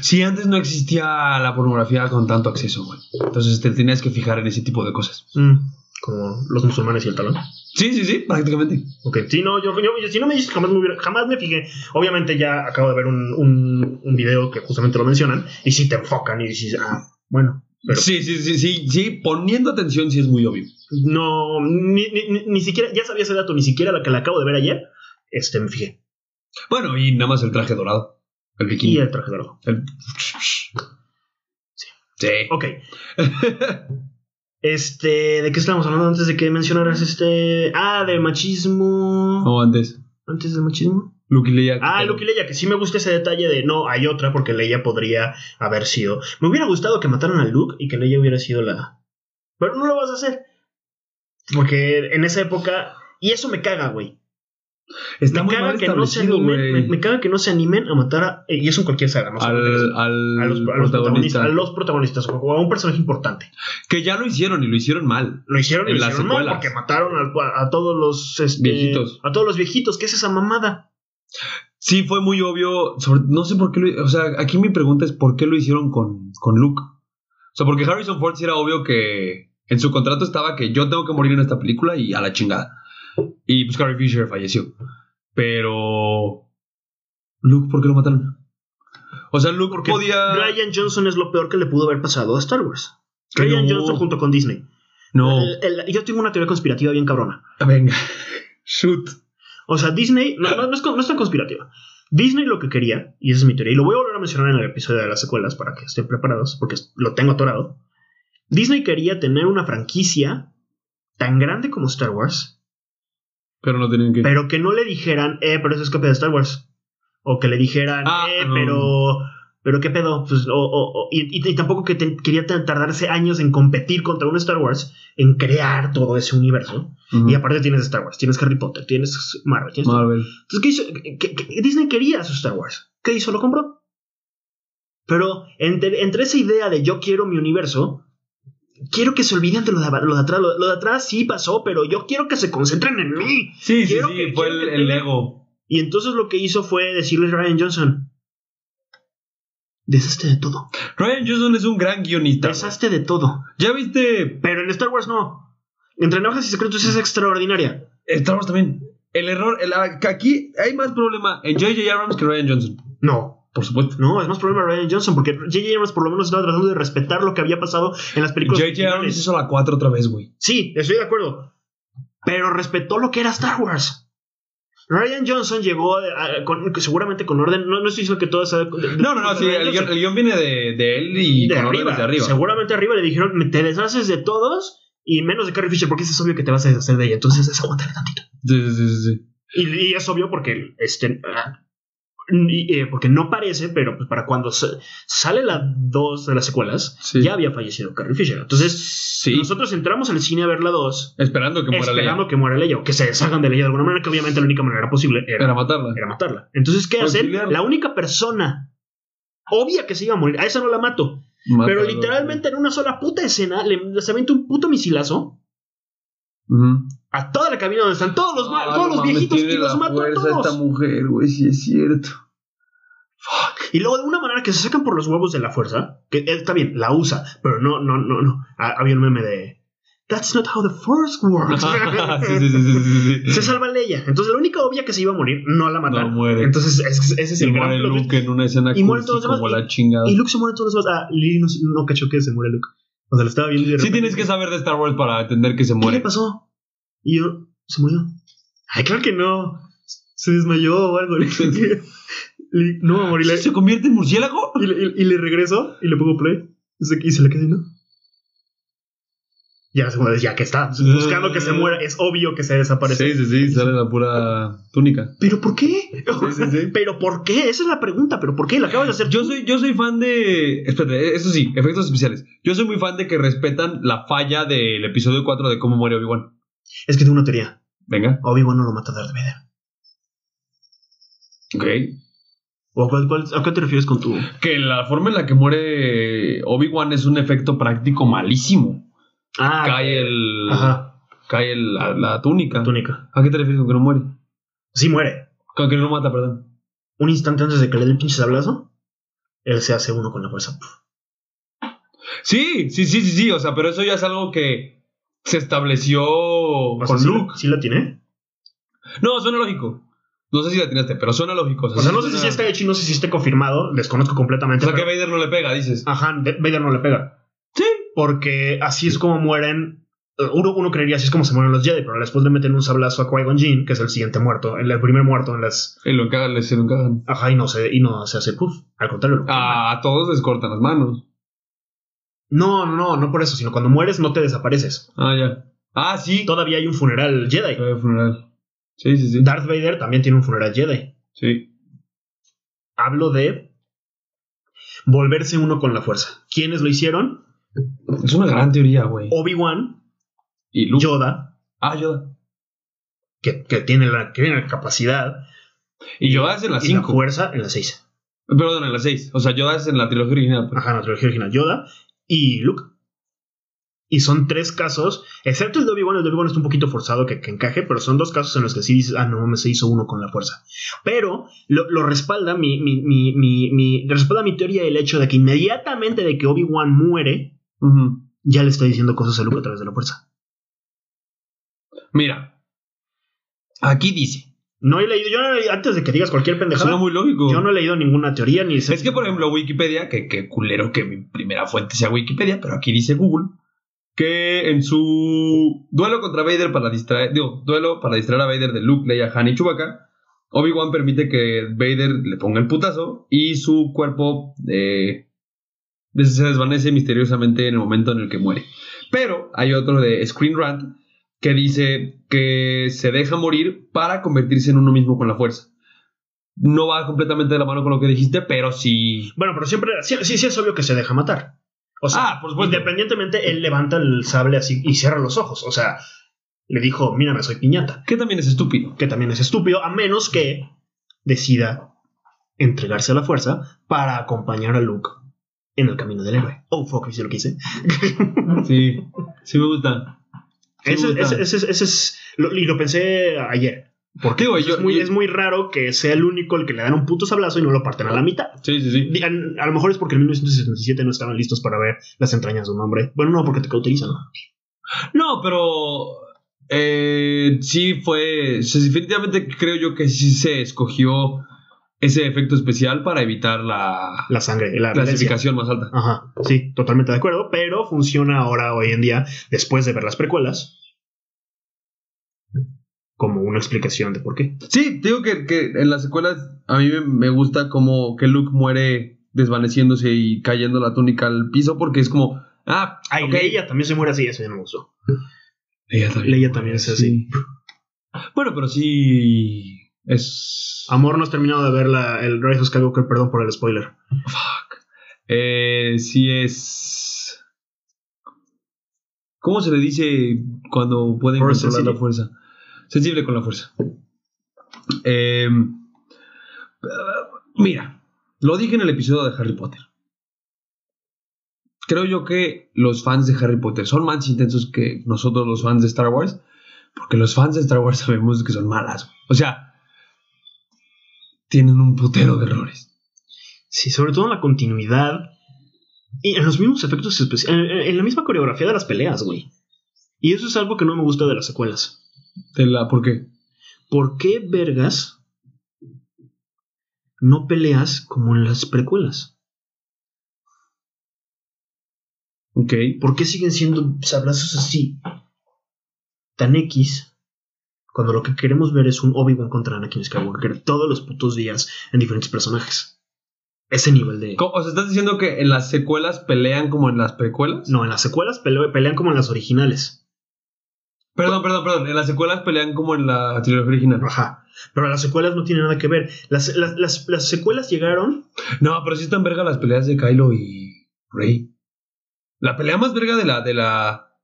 S2: Sí, antes no existía la pornografía con tanto acceso, güey. Entonces te tenías que fijar en ese tipo de cosas.
S1: Mm, como los musulmanes y el talón.
S2: Sí, sí, sí, prácticamente.
S1: Ok, sí, no, yo, yo- yo- si no me dices, jamás me, hubiera- jamás me fijé. Obviamente ya acabo de ver un, un, un video que justamente lo mencionan y si te enfocan y dices, ah, bueno, pero
S2: sí, sí, sí, sí, sí, poniendo atención sí es muy obvio.
S1: no, ni, ni- ni- ni siquiera, ya sabía ese dato, ni siquiera la que la acabo de ver ayer, este, me fijé.
S2: Bueno, y nada más el traje dorado, el
S1: Y
S2: bikini.
S1: el traje dorado.
S2: el- Sí.
S1: Ok. Este, ¿de qué estábamos hablando antes de que mencionaras este? Ah, del machismo.
S2: No, antes.
S1: Antes del machismo.
S2: Luke y Leia.
S1: Ah, Luke y Leia, que sí me gusta ese detalle de no, hay otra porque Leia podría haber sido. Me hubiera gustado que mataran a Luke y que Leia hubiera sido la. Pero no lo vas a hacer. Porque en esa época. Y eso me caga, güey.
S2: Está
S1: Me
S2: muy
S1: caga
S2: mal
S1: que no se
S2: establecido,
S1: animen. Me,
S2: güey.
S1: me caga que no se animen a matar a. eh, Y eso en cualquier saga, no sé.
S2: Al, al
S1: a los, a los protagonistas,
S2: protagonista.
S1: a los protagonistas, o a un personaje importante.
S2: Que ya lo hicieron y lo hicieron mal.
S1: Lo hicieron y
S2: En
S1: lo
S2: las
S1: hicieron mal
S2: secuelas.
S1: porque mataron al- a, a todos los este,
S2: Viejitos.
S1: A todos los viejitos. ¿Qué es esa mamada?
S2: Sí, fue muy obvio. sobre- no sé por qué lo. O sea, aquí mi pregunta es: ¿por qué lo hicieron con, con Luke? O sea, porque Harrison Ford sí era obvio que en su contrato estaba que yo tengo que morir en esta película y a la chingada. Y pues Carrie Fisher falleció. Pero. Luke, ¿por qué lo mataron? O sea, Luke
S1: Porque
S2: podía.
S1: Ryan Johnson es lo peor que le pudo haber pasado a Star Wars.
S2: Que
S1: Ryan
S2: no.
S1: Johnson junto con Disney.
S2: No,
S1: El- el- yo tengo una teoría conspirativa bien cabrona.
S2: venga. Shoot.
S1: O sea, Disney no, no- no es, con- no es tan conspirativa. Disney lo que quería, y esa es mi teoría, y lo voy a volver a mencionar en el episodio de las secuelas para que estén preparados, porque lo tengo atorado. Disney quería tener una franquicia tan grande como Star Wars,
S2: Pero no tenían que.
S1: pero que no le dijeran, eh, pero eso es copia de Star Wars. O que le dijeran,
S2: Ah,
S1: eh,
S2: no.
S1: pero. Pero qué pedo. Pues, o- o- o- y, y- y tampoco que te- quería t- tardarse años en competir contra un Star Wars, en crear todo ese universo.
S2: Ujú.
S1: Y aparte tienes Star Wars, tienes Harry Potter, tienes Marvel, tienes...
S2: Marvel.
S1: Entonces, ¿qué hizo? ¿Qué- qué- Disney quería su Star Wars. ¿Qué hizo? Lo compró. Pero entre, entre esa idea de yo quiero mi universo, quiero que se olviden de lo de, aba- lo de atrás. Lo, lo de atrás sí pasó, pero yo quiero que se concentren en mí.
S2: Sí, sí,
S1: Quiero
S2: sí.
S1: que-
S2: fue
S1: quiero
S2: el,
S1: que
S2: el
S1: tenga-
S2: ego.
S1: Y entonces lo que hizo fue decirle a Ryan Johnson, deshazte de todo,
S2: Ryan Johnson es un gran guionista.
S1: deshazte de todo.
S2: ¿Ya viste
S1: Pero en Star Wars no. Entre Navajas y Secretos es extraordinaria.
S2: Star Wars también. El error, el- aquí hay más problema en J.J. Abrams que Ryan Johnson.
S1: No,
S2: Por supuesto.
S1: No, es más problema de Ryan Johnson, porque J.J. Abrams por lo menos estaba tratando de respetar lo que había pasado en las películas.
S2: J.J.
S1: originales.
S2: Abrams hizo la 4 otra vez, güey.
S1: Sí, estoy de acuerdo. Pero respetó lo que era Star Wars. Ryan Johnson llegó a- a- con- seguramente con orden. No, no estoy diciendo que todo sea.
S2: No, no, no, sí, el guión, el guión viene de, de él y
S1: de
S2: con
S1: arriba,
S2: órdenes de arriba.
S1: Seguramente arriba le dijeron: "Me- Te deshaces de todos y menos de Carrie Fisher, porque es obvio que te vas a deshacer de ella. Entonces, desaguántale tantito.
S2: Sí, sí, sí, sí, sí.
S1: Y, y es obvio porque. Este, ah, y, eh, porque no parece, pero pues para cuando sa- sale la 2 de las secuelas,
S2: Sí.
S1: ya había fallecido Carrie Fisher. Entonces,
S2: Sí.
S1: nosotros entramos al cine a ver la 2
S2: Esperando que muera
S1: esperando
S2: Leia.
S1: que muera Leia o que se deshagan de Leia de alguna manera, que obviamente la única manera posible era,
S2: Para matarla.
S1: era matarla. Entonces, ¿qué hacen?
S2: Auxiliar.
S1: La única persona obvia que se iba a morir, a esa no la mato, pero
S2: Mátalo.
S1: literalmente en una sola puta escena le, se avienta un puto misilazo
S2: Ujú.
S1: A toda la cabina donde están todos los, ma-
S2: Ah,
S1: todos
S2: no
S1: los
S2: mames,
S1: viejitos
S2: tiene
S1: y los
S2: la
S1: mató a
S2: fuerza
S1: todos.
S2: esta mujer, güey, sí es cierto.
S1: Y luego de una manera que se sacan por los huevos de la fuerza, que eh, está bien, la usa, pero no, no, no, no. Ha- Había un meme de That's not how the force works.
S2: sí, sí, sí, sí, sí, sí.
S1: Se salva Leia. Entonces la única obvia que se iba a morir no la
S2: No
S1: mataron.
S2: muere.
S1: Entonces es- ese es
S2: y
S1: el
S2: muere
S1: gran plot twist.
S2: Luke en una escena
S1: Y mueren
S2: cursi
S1: todos los
S2: como
S1: demás,
S2: la chingada.
S1: Y Luke se muere todos los demás. Ah, Lily no, no cachó que se muere Luke. O sea, lo estaba viendo y de
S2: pues Sí
S1: repente,
S2: tienes que saber de Star Wars para entender que se
S1: ¿Qué le
S2: muere.
S1: pasó? Y yo, se murió. Ay, claro que no. Se desmayó o algo. Le- le- no va a morir.
S2: ¿Se convierte en murciélago?
S1: Y le, y- y le regreso y le pongo play. Y se, y se le queda ¿no? Ya la segunda vez, ya que está. Buscando que se muera. Es obvio que se desaparece.
S2: Sí, sí, sí, sale la pura túnica.
S1: ¿Pero por qué?
S2: Sí, sí, sí.
S1: ¿Pero por qué? Esa es la pregunta. ¿Pero por qué? La acabas de hacer.
S2: Yo soy, yo soy fan de. Espérate, eso sí, efectos especiales. Yo soy muy fan de que respetan la falla del episodio 4 de cómo muere Obi-Wan.
S1: Es que tengo una teoría.
S2: Venga.
S1: Obi-Wan no lo mata Darth Vader.
S2: Ok.
S1: ¿O a, cuál- cuál- a qué te refieres con tu...?
S2: Que la forma en la que muere Obi-Wan es un efecto práctico malísimo.
S1: Ah,
S2: cae el.
S1: Ajá,
S2: Cae el- la, la túnica.
S1: la túnica.
S2: ¿A qué te refieres con que no muere?
S1: Sí muere.
S2: Con que no lo mata, perdón.
S1: Un instante antes de que le dé el pinche sablazo, él se hace uno con la fuerza.
S2: Sí, sí, sí, sí, sí. O sea, pero eso ya es algo que se estableció
S1: O sea,
S2: con
S1: sí la-
S2: Luke.
S1: Sí la tiene.
S2: No, suena lógico. No sé si la atinaste, pero suena lógico.
S1: O sea, no sé
S2: suena-
S1: si está hecho y no sé si está confirmado. Desconozco
S2: O
S1: completamente.
S2: sea, que
S1: pero-
S2: Vader no le pega, dices.
S1: Ajá, de- Vader no le pega.
S2: Sí.
S1: Porque así es como mueren. eh, Uno, uno creería así es como se mueren los Jedi, pero después le meten un sablazo a Qui-Gon Jinn, que es el siguiente muerto, el, el primer muerto en las.
S2: Y lo encagan, le- se lo encagan.
S1: Ajá, y no se, y no se hace puff. Al contrario, lo quema.
S2: A, a todos les cortan las manos.
S1: No, no, no, no por eso, sino cuando mueres no te desapareces.
S2: Ah, ya. Ah, sí.
S1: Todavía hay un funeral Jedi.
S2: Todavía hay funeral. Sí, sí, sí.
S1: Darth Vader también tiene un funeral Jedi.
S2: Sí.
S1: Hablo de volverse uno con la fuerza. ¿Quiénes lo hicieron?
S2: Es una gran teoría,
S1: Oh,
S2: güey.
S1: Obi-Wan,
S2: Y Luke.
S1: Yoda,
S2: Ah, Yoda.
S1: que, que tiene la, que tiene la capacidad
S2: Y Yoda es en la
S1: y la
S2: 5.
S1: fuerza en la 6.
S2: Perdón, en la 6. O sea, Yoda es en la trilogía original. pues.
S1: Ajá, en la trilogía original, Yoda y Luke. Y son tres casos, excepto el de Obi-Wan, el de Obi-Wan está un poquito forzado que, que encaje, pero son dos casos en los que sí dices, ah, no mames, se hizo uno con la fuerza. Pero lo, lo respalda mi, mi, mi, mi, mi- respalda mi teoría el hecho de que inmediatamente de que Obi-Wan muere,
S2: Ujú.
S1: ya le está diciendo cosas a Luke a través de la fuerza.
S2: Mira. Aquí dice.
S1: No he leído, yo no he- antes de que digas cualquier
S2: Suena
S1: pendejada,
S2: muy lógico.
S1: yo no he leído ninguna teoría ni sé-
S2: Es que, por ejemplo, Wikipedia, que, que culero que mi primera fuente sea Wikipedia, pero aquí dice Google, que en su duelo contra Vader para distraer, digo, duelo para distraer a Vader de Luke, Leia, Han y Chewbacca, Obi-Wan permite que Vader le ponga el putazo y su cuerpo eh, des- se desvanece misteriosamente en el momento en el que muere. Pero hay otro de Screen Rant que dice que se deja morir para convertirse en uno mismo con la fuerza. No va completamente de la mano con lo que dijiste, pero sí.
S1: Bueno, pero siempre, sí, sí, sí es obvio que se deja matar. O sea,
S2: ah, por
S1: Independientemente, él levanta el sable así y cierra los ojos. O sea, le dijo, mírame, soy piñata.
S2: Que también es estúpido.
S1: Que también es estúpido, a menos que decida entregarse a la fuerza para acompañar a Luke en el camino del héroe. Oh, fuck, ¿viste lo que hice?
S2: Sí, sí me gusta. Sí,
S1: Ese,
S2: gusta.
S1: ese- ese- ese es... lo- y lo pensé ayer.
S2: ¿Por qué, güey? Yo-
S1: Es muy,
S2: yo-
S1: es muy raro que sea el único el que le dan un puto sablazo y no lo parten a la mitad.
S2: Sí, sí, sí.
S1: Digan, A lo mejor es porque en 1977 no estaban listos para ver las entrañas de un hombre. Bueno, no, porque te cauterizan. ¿no?
S2: No, pero. eh, sí, fue. sí, Definitivamente creo yo que sí se escogió ese efecto especial para evitar la
S1: La sangre, la violencia.
S2: clasificación más alta.
S1: Ajá, sí, totalmente de acuerdo, pero funciona ahora, hoy en día, después de ver las precuelas, como una explicación de por qué.
S2: Sí, te digo que, que en las secuelas a mí me, me gusta como que Luke muere desvaneciéndose y cayendo la túnica al piso porque es como. Ah,
S1: Ay,
S2: ok.
S1: Leia también se muere así, eso ya no me gustó.
S2: Leia
S1: Leia también es así.
S2: Bueno, pero sí. Es.
S1: Amor, no has terminado de ver la, el Rise of Skywalker, perdón por el spoiler.
S2: Fuck. Eh, sí es. ¿Cómo se le dice cuando pueden
S1: Force
S2: controlar
S1: sensitive.
S2: la fuerza? Sensible con la fuerza. Eh, mira, lo dije en el episodio de Harry Potter. Creo yo que los fans de Harry Potter son más intensos que nosotros los fans de Star Wars. Porque los fans de Star Wars sabemos que son malas. güey. O sea, tienen un putero de errores.
S1: Sí, sobre todo en la continuidad. Y en los mismos efectos especiales. En, en- en la misma coreografía de las peleas, güey. Y eso es algo que no me gusta de las secuelas.
S2: De la, ¿Por qué?
S1: ¿Por qué, vergas, no peleas como en las precuelas?
S2: Ok.
S1: ¿Por qué siguen siendo sablazos así? Tan X. Cuando lo que queremos ver es un Obi-Wan contra Anakin Skywalker todos los putos días en diferentes personajes. Ese nivel de.
S2: Co- O sea, ¿estás diciendo que en las secuelas pelean como en las precuelas?
S1: No, en las secuelas pele- pelean como en las originales.
S2: Perdón, perdón, perdón. En las secuelas pelean como en la trilogía original.
S1: Ajá. Pero las secuelas no tienen nada que ver. Las, las- las- las secuelas llegaron.
S2: No, pero sí están verga las peleas de Kylo y Rey. La pelea más verga de la, de la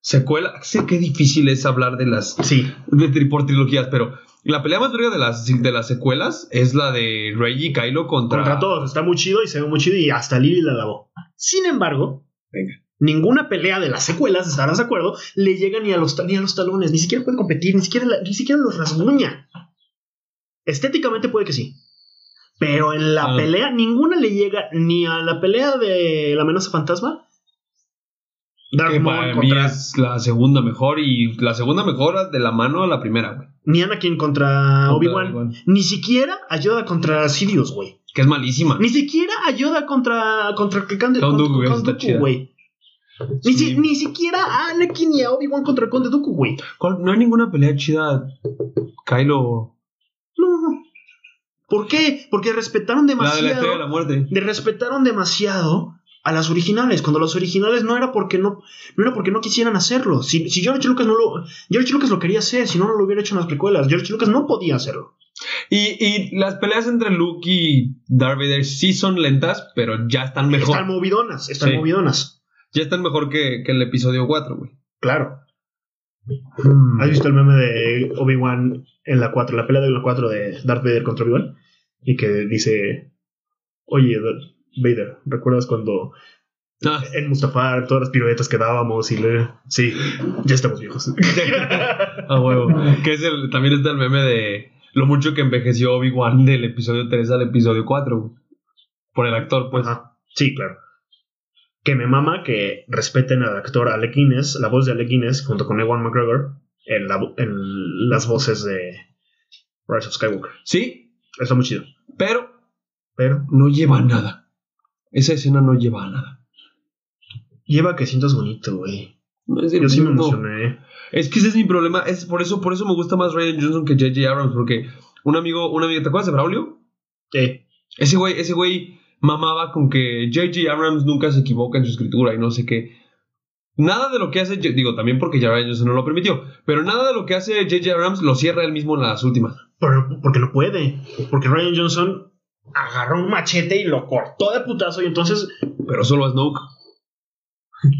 S2: secuela. Sé que difícil es hablar de las.
S1: Sí.
S2: De, tri- por trilogías, pero. La pelea más verga de las, de las secuelas es la de Rey y Kylo contra.
S1: Contra todos. Está muy chido y se ve muy chido y hasta Lily la lavó. Sin embargo,
S2: Venga.
S1: ninguna pelea de las secuelas, estarás de acuerdo, le llega ni a los, ta- ni a los talones. Ni siquiera puede competir, ni siquiera, la- ni siquiera los rasguña. Estéticamente puede que sí. Pero en la
S2: Ah.
S1: pelea, ninguna le llega ni a la pelea de la amenaza fantasma. Darth
S2: Que
S1: Maul
S2: para mí
S1: contra-
S2: es la segunda mejor y la segunda mejor de la mano a la primera, güey.
S1: Ni Anakin contra
S2: Contra
S1: Ah, Obi-Wan. Ni siquiera a Yoda contra Sirius, güey.
S2: Que es malísima.
S1: Ni siquiera a Yoda contra. contra el Conde
S2: Count
S1: contra-
S2: Dooku,
S1: Count
S2: esa está
S1: Dooku,
S2: chida.
S1: güey. Ni,
S2: Sí.
S1: si- ni siquiera a Anakin ni a Obi-Wan contra el Conde Dooku, güey.
S2: ¿Cuál- No hay ninguna pelea chida. Kylo.
S1: No. ¿Por qué? Porque respetaron
S2: La de la
S1: demasiado.
S2: estrella de la muerte.
S1: le respetaron demasiado a las originales. Cuando las originales no era porque no, no era porque no quisieran hacerlo. Si, si George Lucas no lo. George Lucas lo quería hacer, si no, no lo hubiera hecho en las precuelas. George Lucas no podía hacerlo.
S2: Y, y las peleas entre Luke y Darth Vader sí son lentas, pero ya están mejor.
S1: Están movidonas, están
S2: Sí.
S1: movidonas.
S2: Ya están mejor que, que el episodio 4, güey.
S1: Claro. ¿Has visto el meme de Obi-Wan en la 4, la pelea de la 4 de Darth Vader contra Obi-Wan? Y que dice, oye, Darth Vader, ¿recuerdas cuando
S2: Ah,
S1: en Mustafar todas las piruetas que dábamos y le... Sí, ya estamos viejos.
S2: a huevo. Que es el, también está el meme de lo mucho que envejeció Obi-Wan del episodio 3 al episodio 4, güey. Por el actor, pues.
S1: Ajá. Sí, claro. Que me mama que respeten al actor Alec Guinness, la voz de Alec Guinness, junto con Ewan McGregor, en, la vo- en las voces de Rise of Skywalker.
S2: Sí,
S1: Está muy chido.
S2: pero
S1: Pero
S2: no lleva a nada. Esa escena no lleva a nada.
S1: lleva que sientas bonito, güey.
S2: No es el
S1: Yo sí me
S2: punto.
S1: emocioné.
S2: Es que ese es mi problema. Es por eso, por eso me gusta más Ryan Johnson que J.J. Abrams. Porque un amigo, un amigo, ¿te acuerdas de Braulio?
S1: Eh,
S2: Ese güey, ese güey mamaba con que J.J. Abrams nunca se equivoca en su escritura y no sé qué. Nada de lo que hace, digo, también porque ya Ryan Johnson no lo permitió, pero nada de lo que hace J.J. Abrams lo cierra él mismo en las últimas.
S1: Pero- porque no puede. Porque Ryan Johnson agarró un machete y lo cortó de putazo y entonces...
S2: Pero solo a Snoke.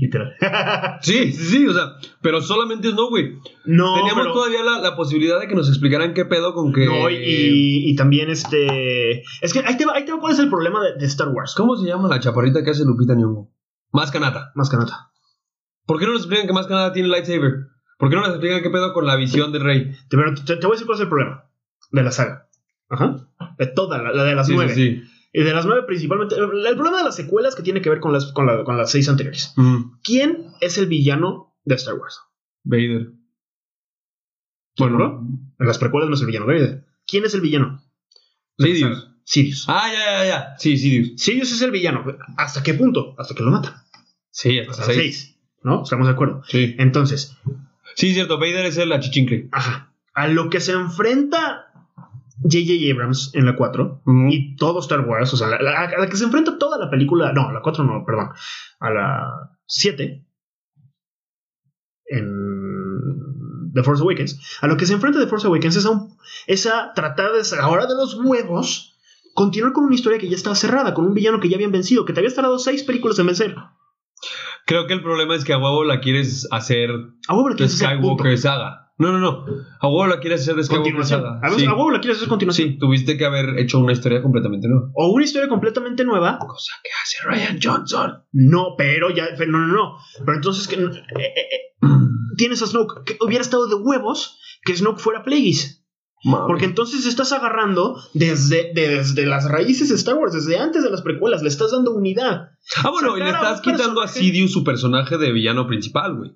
S1: Literal.
S2: Sí, sí, sí, o sea, pero solamente Snoke, güey.
S1: no,
S2: Teníamos
S1: pero-
S2: todavía la, la posibilidad de que nos explicaran qué pedo con que.
S1: no, y, y- y también este... Es que ahí te va, ahí te va cuál es el problema de, de Star Wars.
S2: ¿Cómo se llama la chaparrita que hace Lupita Nyong'o? Más canata.
S1: Más que nada.
S2: ¿Por qué no nos explican que más canata tiene lightsaber? ¿Por qué no nos explican qué pedo con la visión del rey?
S1: Te, pero te- te voy a decir cuál es el problema de la saga. Ajá. De toda, la, la de las
S2: Sí,
S1: nueve.
S2: sí, sí.
S1: Y de las nueve principalmente... El el problema de las secuelas que tiene que ver con las, con la- con las seis anteriores.
S2: Mm,
S1: ¿Quién es el villano de Star Wars?
S2: Vader.
S1: ¿Seguro? En las precuelas no es el villano. ¿verdad? ¿Quién es el villano?
S2: Sidious.
S1: Sirius.
S2: Ah, ya, ya, ya. Sí, Sidious.
S1: Sirius es el villano. ¿Hasta qué punto? Hasta que lo matan.
S2: Sí,
S1: Hasta las seis. ¿No? Estamos de acuerdo.
S2: Sí.
S1: Entonces,
S2: Sí, es cierto. Vader es el achichincle.
S1: ajá. A lo que se enfrenta J.J. Abrams en la 4
S2: Y
S1: y todo Star Wars, o sea, la- la- a la que se enfrenta toda la película, no, a la 4 no, perdón, a la 7 en The Force Awakens, a lo que se enfrenta The Force Awakens es a, un- es a tratar de, ahora de los huevos, continuar con una historia que ya estaba cerrada, con un villano que ya habían vencido, que te habías tardado seis películas en vencer.
S2: Creo que el problema es que a huevo la quieres hacer
S1: A huevo la
S2: de
S1: quieres hacer. punto.
S2: Skywalker Saga. No, no, no. A huevo la quieres hacer de Skywalker
S1: Continuación.
S2: Saga.
S1: A ver,
S2: Sí.
S1: a huevo la quieres hacer continuación.
S2: Sí, tuviste que haber hecho una historia completamente nueva.
S1: O una historia completamente nueva.
S2: Cosa que hace Ryan Johnson.
S1: No, pero ya. No, no, no. Pero entonces que. eh, eh, eh, tienes a Snoke. Que hubiera estado de huevos que Snoke fuera Plagueis.
S2: Mami.
S1: Porque entonces estás agarrando desde, desde las raíces de Star Wars, desde antes de las precuelas, le estás dando unidad.
S2: Ah, bueno, y le
S1: sacar a
S2: estás
S1: un
S2: quitando a
S1: personaje-
S2: Sidious su personaje de villano principal, güey.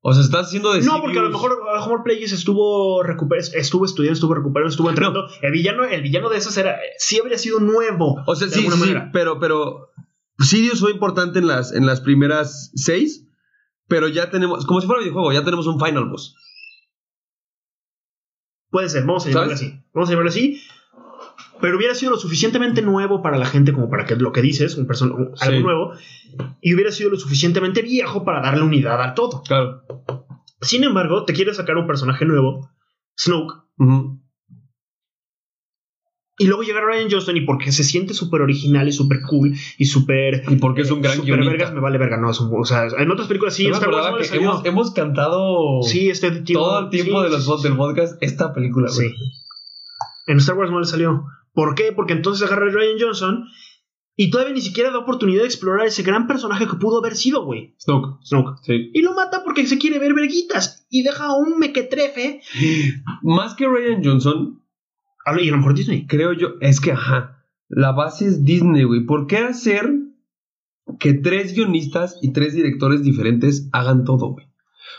S2: O sea, estás haciendo de
S1: No, porque a lo
S2: Sidious-
S1: mejor, a lo mejor Plagueis estuvo recuper- estuvo estudiando, estuvo recuperando, estuvo entrenando. El villano, el villano de esas era, eh, sí habría sido nuevo.
S2: O sea,
S1: de
S2: sí, sí,
S1: alguna
S2: sí,
S1: manera.
S2: pero, pero Sidious fue importante en las, en las primeras seis, pero ya tenemos, como si fuera videojuego, ya tenemos un final boss.
S1: Puede ser, vamos a llamarlo
S2: ¿Sabes?
S1: así. Vamos a llamarlo así. Pero hubiera sido lo suficientemente nuevo para la gente como para que lo que dices, un person- un- algo
S2: Sí.
S1: nuevo, y hubiera sido lo suficientemente viejo para darle unidad a todo.
S2: Claro.
S1: Sin embargo, te quieres sacar un personaje nuevo, Snoke,
S2: Ujú.
S1: Y luego llega Ryan Johnston y porque se siente súper original y súper cool y súper...
S2: Y porque es un gran
S1: Súper vergas
S2: guionista.
S1: me vale verga, no, es un- o sea, en otras películas Eh, sí,
S2: Yo
S1: en
S2: me
S1: Star Wars
S2: acordaba
S1: no le
S2: que
S1: salió.
S2: hemos, hemos cantado
S1: Sí, este tío...
S2: todo el tiempo
S1: sí,
S2: de los
S1: sí,
S2: pod- del podcast esta película, güey.
S1: Sí. En Star Wars no le salió. ¿Por qué? Porque entonces agarra a Ryan Johnson y todavía ni siquiera da oportunidad de explorar ese gran personaje que pudo haber sido, güey.
S2: Snoke.
S1: Snoke.
S2: Sí.
S1: Y lo mata porque se quiere ver verguitas y deja a un mequetrefe.
S2: Más que Ryan Johnson,
S1: Ah, Y a lo mejor Disney.
S2: creo yo, es que, ajá, la base es Disney, güey. ¿Por qué hacer que tres guionistas y tres directores diferentes hagan todo, güey? O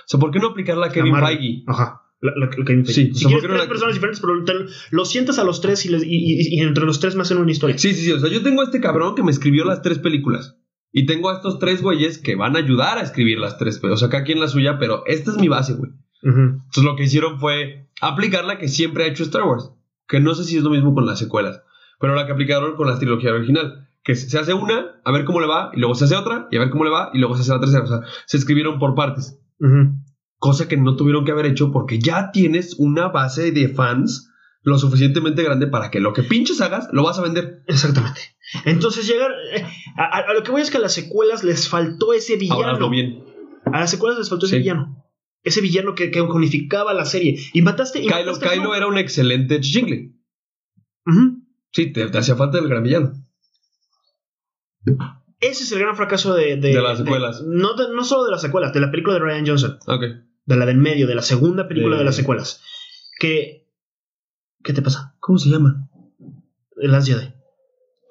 S2: sea, ¿por qué no aplicar la Kevin
S1: Marvel.
S2: Feige?
S1: Ajá. La, la- la Kevin Feige.
S2: Sí,
S1: si
S2: o sea,
S1: quieres
S2: porque no
S1: tres
S2: la-
S1: personas diferentes, pero te- los sientas a los tres y, les- y- y- y entre los tres me hacen una historia.
S2: Sí, sí, sí. O sea, yo tengo a este cabrón que me escribió las tres películas. Y tengo a estos tres güeyes que van a ayudar a escribir las tres. pero, O sea, cada quien la suya, pero esta es mi base, güey.
S1: Ujú.
S2: Entonces lo que hicieron fue aplicar la que siempre ha hecho Star Wars. Que no sé si es lo mismo con las secuelas. Pero la que aplicaron con la trilogía original. Que se se hace una, a ver cómo le va, y luego se hace otra, y a ver cómo le va, y luego se hace la tercera. O sea, se escribieron por partes.
S1: Ujú.
S2: Cosa que no tuvieron que haber hecho porque ya tienes una base de fans lo suficientemente grande para que lo que pinches hagas lo vas a vender.
S1: Exactamente. Entonces llegar eh, a, a- a lo que voy es que a las secuelas les faltó ese
S2: Ahora hazlo
S1: villano.
S2: bien.
S1: A las secuelas les faltó ese
S2: Sí.
S1: villano. Ese villano que, que unificaba la serie. Y mataste. Y
S2: Kylo,
S1: mataste a
S2: Kylo
S1: Snoke.
S2: era un excelente chingle.
S1: Ujú.
S2: Sí, te, te hacía falta el gran villano.
S1: Ese es el gran fracaso de. De,
S2: De las secuelas.
S1: no, de- no solo de las secuelas, de la película de Ryan Johnson.
S2: Ok.
S1: De la de en medio, de la segunda película de,
S2: De-
S1: las secuelas. Que. ¿Qué te pasa?
S2: ¿Cómo se llama?
S1: El Last Jedi.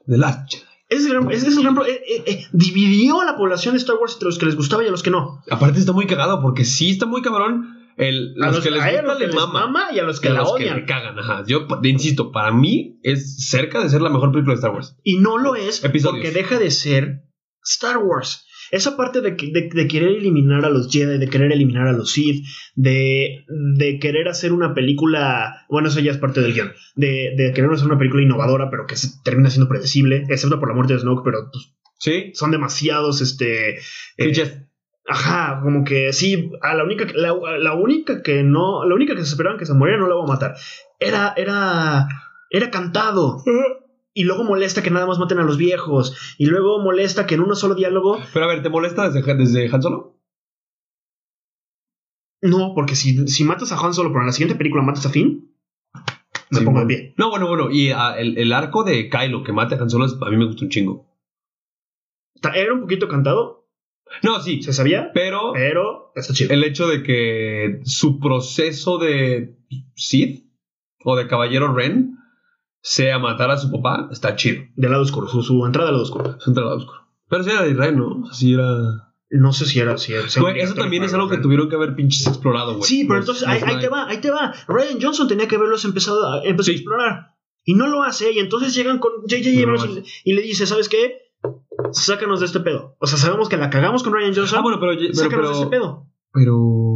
S2: The Last Jedi.
S1: Ese es el gran, ese es el gran pro- eh, eh, eh, dividió a la población de Star Wars entre los que les gustaba y a los que no.
S2: Aparte está muy cagado porque sí está muy cabrón. El,
S1: A
S2: los, que les
S1: a
S2: gusta
S1: los que
S2: le
S1: les
S2: mama.
S1: mama y a los
S2: Que
S1: que la
S2: los que
S1: odian.
S2: le cagan, ajá. Yo pa- insisto, para mí es cerca de ser la mejor película de Star Wars.
S1: Y no lo es
S2: Episodios.
S1: porque deja de ser Star Wars. Esa parte de, que- de- de querer eliminar a los Jedi, de querer eliminar a los Sith, de, de querer hacer una película. Bueno, eso ya es parte del guión. De, de querer hacer una película innovadora, pero que se termina siendo predecible, excepto por la muerte de Snoke, pero pues,
S2: Sí.
S1: son demasiados. Este, eh,
S2: Yes.
S1: ajá, como que sí, a la única, la, la única que no. La única que se esperaban que se muriera no la voy a matar. Era, era, era cantado. Y luego molesta que nada más maten a los viejos. Y luego molesta que en un solo diálogo.
S2: Pero a ver, ¿te molesta desde, desde Han Solo?
S1: No, porque si, si matas a Han solo, pero en la siguiente película matas a Finn, me
S2: Sí,
S1: pongo
S2: bueno.
S1: de pie.
S2: No, bueno, bueno. Y ah, el, el arco de Kylo que mate a Han Solo es- a mí me gusta un chingo.
S1: Ta- Era un poquito cantado,
S2: No, sí.
S1: se sabía,
S2: Pero
S1: pero está chido.
S2: el hecho de que su proceso de Sith o de Caballero Ren sea matar a su papá está chido.
S1: Del lado oscuro, su, su entrada al lado oscuro.
S2: Es un trabajo oscuro. Pero sí era de Ren, ¿no? O sea, sí era.
S1: No sé si era. Si era- si era
S2: Güey, eso
S1: obligatorio
S2: también
S1: para
S2: es algo que
S1: los-
S2: tuvieron que haber pinches explorado, güey.
S1: Sí, pero
S2: Los-
S1: entonces
S2: los
S1: ahí, ahí
S2: Knight.
S1: te va, ahí te va. Ryan Johnson tenía que haberlos empezado a, empezó a
S2: Sí.
S1: explorar. Y no lo hace. Y entonces llegan con
S2: No
S1: J.J.
S2: lo
S1: Abrams y- y le dice: ¿Sabes qué? Sácanos de este pedo. O sea, sabemos que la cagamos con Ryan Johnson.
S2: Ah, bueno, pero. Pero.
S1: sácanos de
S2: Pero.
S1: este pedo.
S2: pero-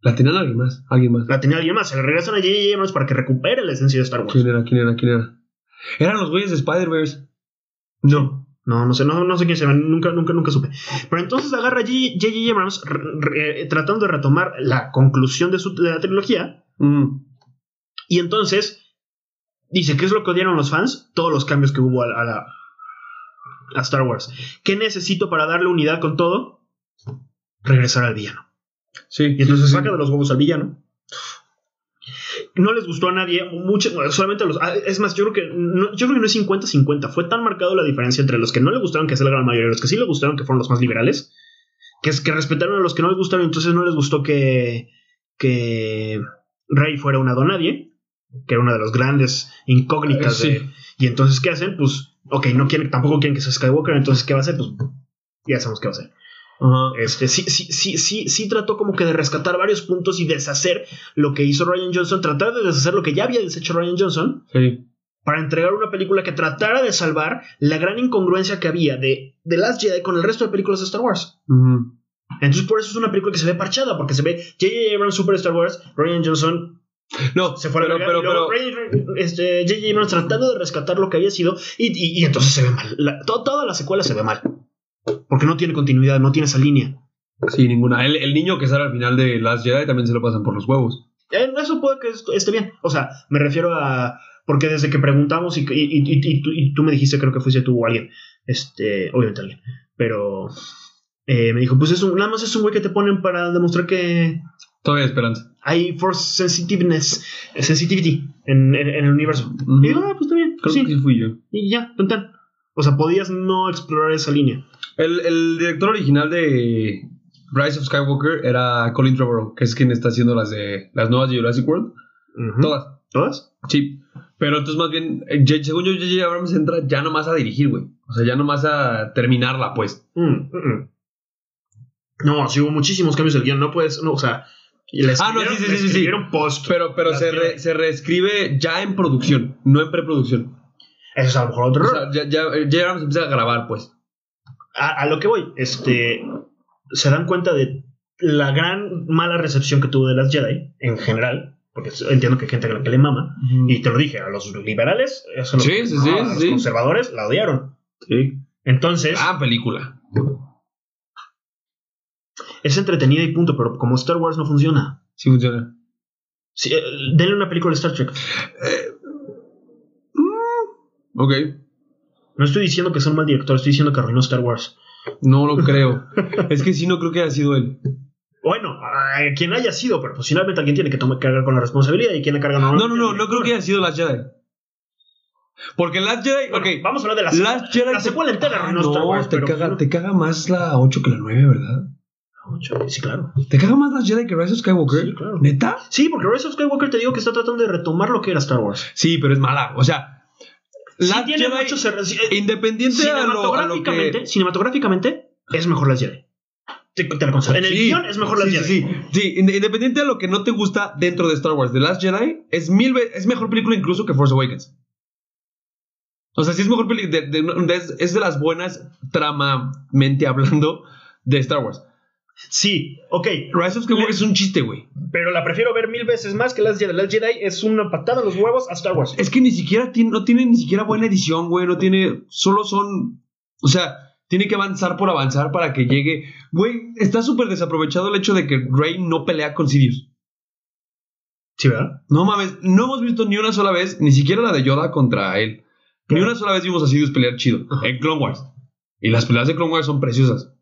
S2: La tenían alguien más. Alguien más.
S1: la tenía alguien más. Se le regresan a J.J. Abrams para que recupere la esencia de Star Wars.
S2: ¿Quién era? ¿Quién era? ¿Quién era? Eran los güeyes de Spider-Verse. No.
S1: No, no sé, no, no sé quién se llama, nunca, nunca, nunca supe. Pero entonces agarra a J.J. J.J. Abrams re- re- eh, tratando de retomar la conclusión de, su, de la trilogía
S2: Mm.
S1: y entonces dice, ¿qué es lo que odiaron los fans? Todos los cambios que hubo a la... a la- a Star Wars. ¿Qué necesito para darle unidad con todo? Regresar al villano.
S2: Sí.
S1: Y entonces saca de los huevos al villano. No les gustó a nadie, mucho, solamente a los. ah, Es más, yo creo que no, yo creo que no es 50-50. Fue tan marcado la diferencia entre los que no le gustaron, que es la gran mayoría, y los que sí le gustaron, que fueron los más liberales, que es que respetaron a los que no les gustaron, entonces no les gustó que, que Rey fuera una donadie, que era una de las grandes incógnitas
S2: Sí.
S1: de, y entonces, ¿qué hacen? Pues, ok, no quieren, tampoco quieren que sea Skywalker, entonces, ¿qué va a hacer? Pues, ya sabemos qué va a hacer.
S2: Ajá.
S1: Este, sí, sí, sí, sí, sí trató como que de rescatar varios puntos y deshacer lo que hizo Ryan Johnson, tratar de deshacer lo que ya había deshecho Ryan Johnson,
S2: Sí.
S1: para entregar una película que tratara de salvar la gran incongruencia que había de The Last Jedi con el resto de películas de Star Wars.
S2: Ujú.
S1: Entonces, por eso es una película que se ve parchada, porque se ve J.J. Abrams Super Star Wars, Ryan Johnson
S2: No,
S1: se fue a la verga,
S2: pero, pero,
S1: y luego
S2: pero,
S1: Ray- este, J.J. Abrams tratando de rescatar lo que había sido y, y- y entonces se ve mal. La- to- toda la secuela se ve mal. Porque no tiene continuidad, no tiene esa línea.
S2: Sí, ninguna. El, el niño que sale al final de Last Jedi también se lo pasan por los huevos.
S1: Eh, Eso puede que est- esté bien. O sea, me refiero a... Porque desde que preguntamos y, y- y- y- y tú, y tú me dijiste, creo que fuiste tú o alguien. Este, obviamente alguien. Pero... eh, me dijo, pues es un, nada más es un güey que te ponen para demostrar que
S2: Todavía hay esperanza.
S1: hay force sensitiveness, sensitivity en, en- en el universo.
S2: Ujú.
S1: Y digo, ah, pues está bien.
S2: Creo
S1: sí.
S2: que sí fui yo.
S1: Y ya, tan tan. O sea, podías no explorar esa línea.
S2: El, el director original de Rise of Skywalker era Colin Trevorrow, que es quien está haciendo las de las nuevas de Jurassic World. Todas.
S1: ¿Todas?
S2: Sí. Pero entonces más bien, eh, J- según yo, J.J. Abrams entra ya nomás a dirigir, güey. O sea, ya nomás a terminarla, pues.
S1: Mm, mm, mm. No, sí hubo muchísimos cambios del guión. No puedes, no, o sea. y le
S2: Ah, no, sí,
S1: escribieron-
S2: sí,
S1: le
S2: sí, sí, sí.
S1: escribieron post.
S2: Pero, pero
S1: Las
S2: se, re-
S1: tiene.
S2: se reescribe ya en producción, no en preproducción.
S1: Eso es a lo mejor otro
S2: O
S1: error.
S2: sea, ya, ya, eh, J.J. Abrams empieza a grabar, pues.
S1: a, a lo que voy, este. Se dan cuenta de la gran mala recepción que tuvo de las Jedi en general. Porque entiendo que hay gente a la que le mama. Y te lo dije, a los liberales, eso
S2: Sí,
S1: los,
S2: sí, sí,
S1: a los
S2: sí. Ah.
S1: conservadores la odiaron.
S2: Sí.
S1: Entonces.
S2: Gran película.
S1: Es entretenida y punto, pero como Star Wars no funciona.
S2: Sí funciona.
S1: Sí, eh, denle una película de Star Trek.
S2: Ok.
S1: No estoy diciendo que sea un mal director, estoy diciendo que arruinó Star Wars.
S2: No lo creo. es que sí, no creo que haya sido él.
S1: Bueno, a quien haya sido, pero pues finalmente alguien tiene que tomar, cargar con la responsabilidad y quien la carga no.
S2: No, no, no, no creo que haya sido Last Jedi. Porque Last Jedi,
S1: Bueno,
S2: ok.
S1: Vamos a hablar de las.
S2: Last Jedi.
S1: la secuela entera
S2: Ah,
S1: arruinó Star Wars,
S2: te,
S1: pero-
S2: caga, te caga más la 8 que la 9, ¿verdad?
S1: Ah, Sí, claro.
S2: ¿Te caga más Last Jedi que Rise of Skywalker?
S1: Sí, claro.
S2: ¿Neta?
S1: Sí, porque Rise of Skywalker te digo que está tratando de retomar lo que era Star Wars.
S2: Sí, pero es mala. O sea,
S1: Sí
S2: Last
S1: tiene
S2: Jedi,
S1: muchos errores. Sí, eh,
S2: independiente a lo, a lo
S1: cinematográficamente,
S2: que...
S1: cinematográficamente, es mejor las Jedi. Te, te la concedo. En el
S2: Sí,
S1: guión es mejor las
S2: sí,
S1: Jedi.
S2: sí, sí. Sí, inde- independiente a lo que no te gusta dentro de Star Wars, The Last Jedi es mil veces, es mejor película incluso que Force Awakens. O sea, sí es mejor película, es, es de las buenas tramamente hablando de Star Wars.
S1: Sí, ok.
S2: Rise of Skywalker
S1: Le-
S2: es un chiste, güey.
S1: Pero la prefiero ver mil veces más que las Jedi. Las Jedi es una patada en los huevos a Star Wars.
S2: Es que ni siquiera tiene, no tiene ni siquiera buena edición, güey. No tiene. Solo son. O sea, tiene que avanzar por avanzar para que llegue. Güey, está súper desaprovechado el hecho de que Rey no pelea con Sirius.
S1: Sí, ¿verdad?
S2: No mames, no hemos visto ni una sola vez, ni siquiera la de Yoda contra él. Ni
S1: Claro.
S2: una sola vez vimos a Sirius pelear chido
S1: Ajá.
S2: en Clone Wars. Y las peleas de Clone Wars son preciosas.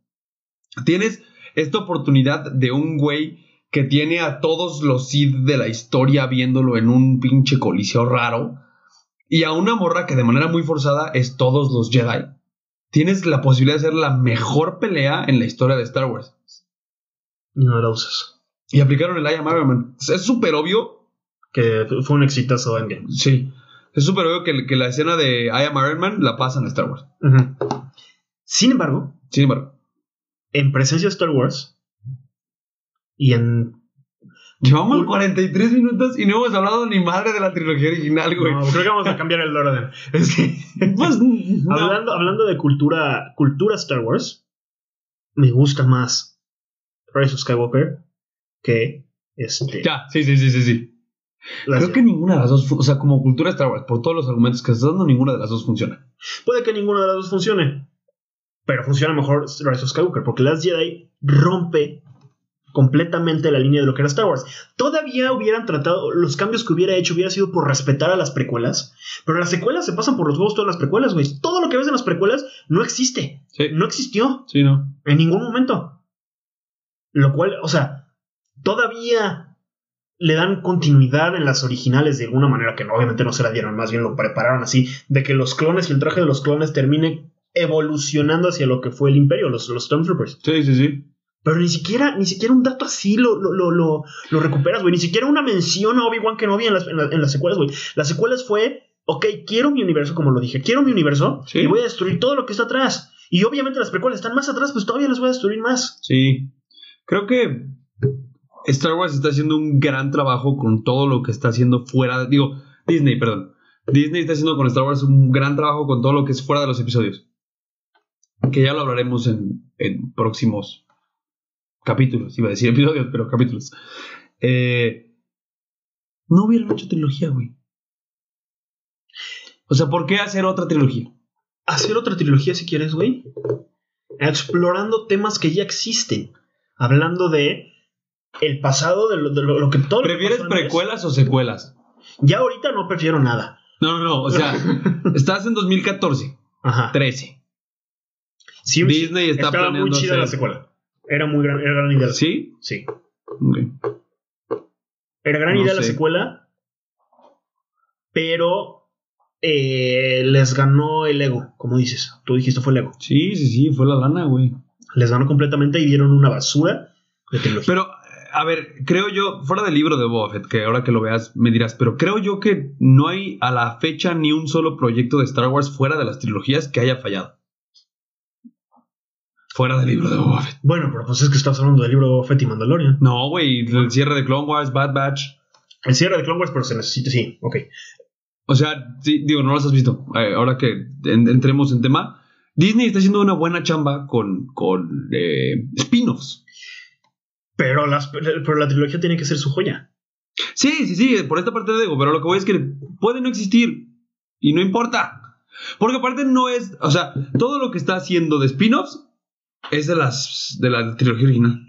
S2: Tienes esta oportunidad de un güey que tiene a todos los Sith de la historia viéndolo en un pinche coliseo raro. Y a una morra que de manera muy forzada es todos los Jedi. Tienes la posibilidad de hacer la mejor pelea en la historia de Star Wars.
S1: Y no la usas.
S2: Y aplicaron el I Am Iron Man. Es súper obvio
S1: Que fue un exitazo en game.
S2: Sí. Es súper obvio que, que la escena de I Am Iron Man la pasan a Star Wars.
S1: Sin embargo,
S2: Sin embargo.
S1: en presencia de Star Wars y en.
S2: Llevamos 43 minutos y no hemos hablado ni madre de la trilogía original, güey.
S1: No, creo que vamos a cambiar el orden. Es que,
S2: Pues, no.
S1: hablando, hablando de cultura, cultura Star Wars, me gusta más Rise of Skywalker que este.
S2: Ya, sí, sí, sí, sí, sí.
S1: las
S2: Creo que
S1: Jedi.
S2: ninguna de las dos, fu- o sea, como cultura Star Wars, por todos los argumentos que estás dando, ninguna de las dos funciona.
S1: Puede que ninguna de las dos funcione. Pero funciona mejor Rise of Skywalker. Porque Last Jedi rompe completamente la línea de lo que era Star Wars. Todavía hubieran tratado, los cambios que hubiera hecho hubiera sido por respetar a las precuelas, pero las secuelas se pasan por los huevos todas las precuelas, güey. Todo lo que ves en las precuelas no existe.
S2: Sí.
S1: No existió
S2: Sí, no.
S1: en ningún momento. Lo cual, o sea, todavía le dan continuidad en las originales de alguna manera que no, obviamente no se la dieron, más bien lo prepararon así, de que los clones y el traje de los clones termine evolucionando hacia lo que fue el imperio, los, los Stormtroopers.
S2: Sí, sí, sí.
S1: Pero ni siquiera, ni siquiera un dato así lo, lo, lo, lo, lo recuperas, güey. Ni siquiera una mención a Obi-Wan Kenobi en las, en, la- en las secuelas, güey. Las secuelas fue, ok, quiero mi universo, como lo dije, quiero mi universo
S2: Sí.
S1: y voy a destruir todo lo que está atrás. Y obviamente las precuelas están más atrás, pues todavía las voy a destruir más.
S2: Sí. Creo que Star Wars está haciendo un gran trabajo con todo lo que está haciendo fuera. Digo, Disney, perdón. Disney está haciendo con Star Wars un gran trabajo con todo lo que es fuera de los episodios. Que ya lo hablaremos en, en próximos capítulos. Iba a decir episodios, pero capítulos. Eh, no hubieran hecho trilogía, güey. O sea, ¿por qué hacer otra trilogía?
S1: Hacer otra trilogía si quieres, güey. Explorando temas que ya existen. Hablando de el pasado, de lo, de lo, lo que todo... lo que
S2: ¿Prefieres
S1: pasó antes.
S2: precuelas o secuelas?
S1: Ya ahorita no prefiero nada.
S2: No, no, no. O sea, estás en 2014,
S1: Ajá.
S2: 13.
S1: Sí,
S2: Disney está
S1: estaba muy
S2: planeando
S1: chida la
S2: hacer-
S1: secuela. Era muy gran, era gran idea. la
S2: ¿Sí?
S1: Sí.
S2: Ok.
S1: Era gran
S2: No
S1: idea la
S2: sé.
S1: secuela. Pero eh, les ganó el ego, como dices. Tú dijiste fue el ego.
S2: Sí, sí, sí, fue la lana, güey.
S1: Les ganó completamente y dieron una basura de trilogía.
S2: Pero, a ver, creo yo, fuera del libro de Boba Fett, que ahora que lo veas me dirás, pero creo yo que no hay a la fecha ni un solo proyecto de Star Wars fuera de las trilogías que haya fallado. Fuera del libro de Boba Fett.
S1: bueno, pero pues es que estás hablando del libro de Boba Fett y Mandalorian.
S2: No, güey, el cierre de Clone Wars, Bad Batch.
S1: El cierre de Clone Wars, pero se necesita. Sí, ok.
S2: O sea, sí, digo, no las has visto. Eh, ahora que en- entremos en tema, Disney está haciendo una buena chamba con, con eh, spin-offs.
S1: Pero, las, pero la trilogía tiene que ser su joya.
S2: Sí, sí, sí, por esta parte de digo, pero lo que voy es que puede no existir y no importa. Porque aparte no es, o sea, todo lo que está haciendo de spin-offs es de las de la trilogía original.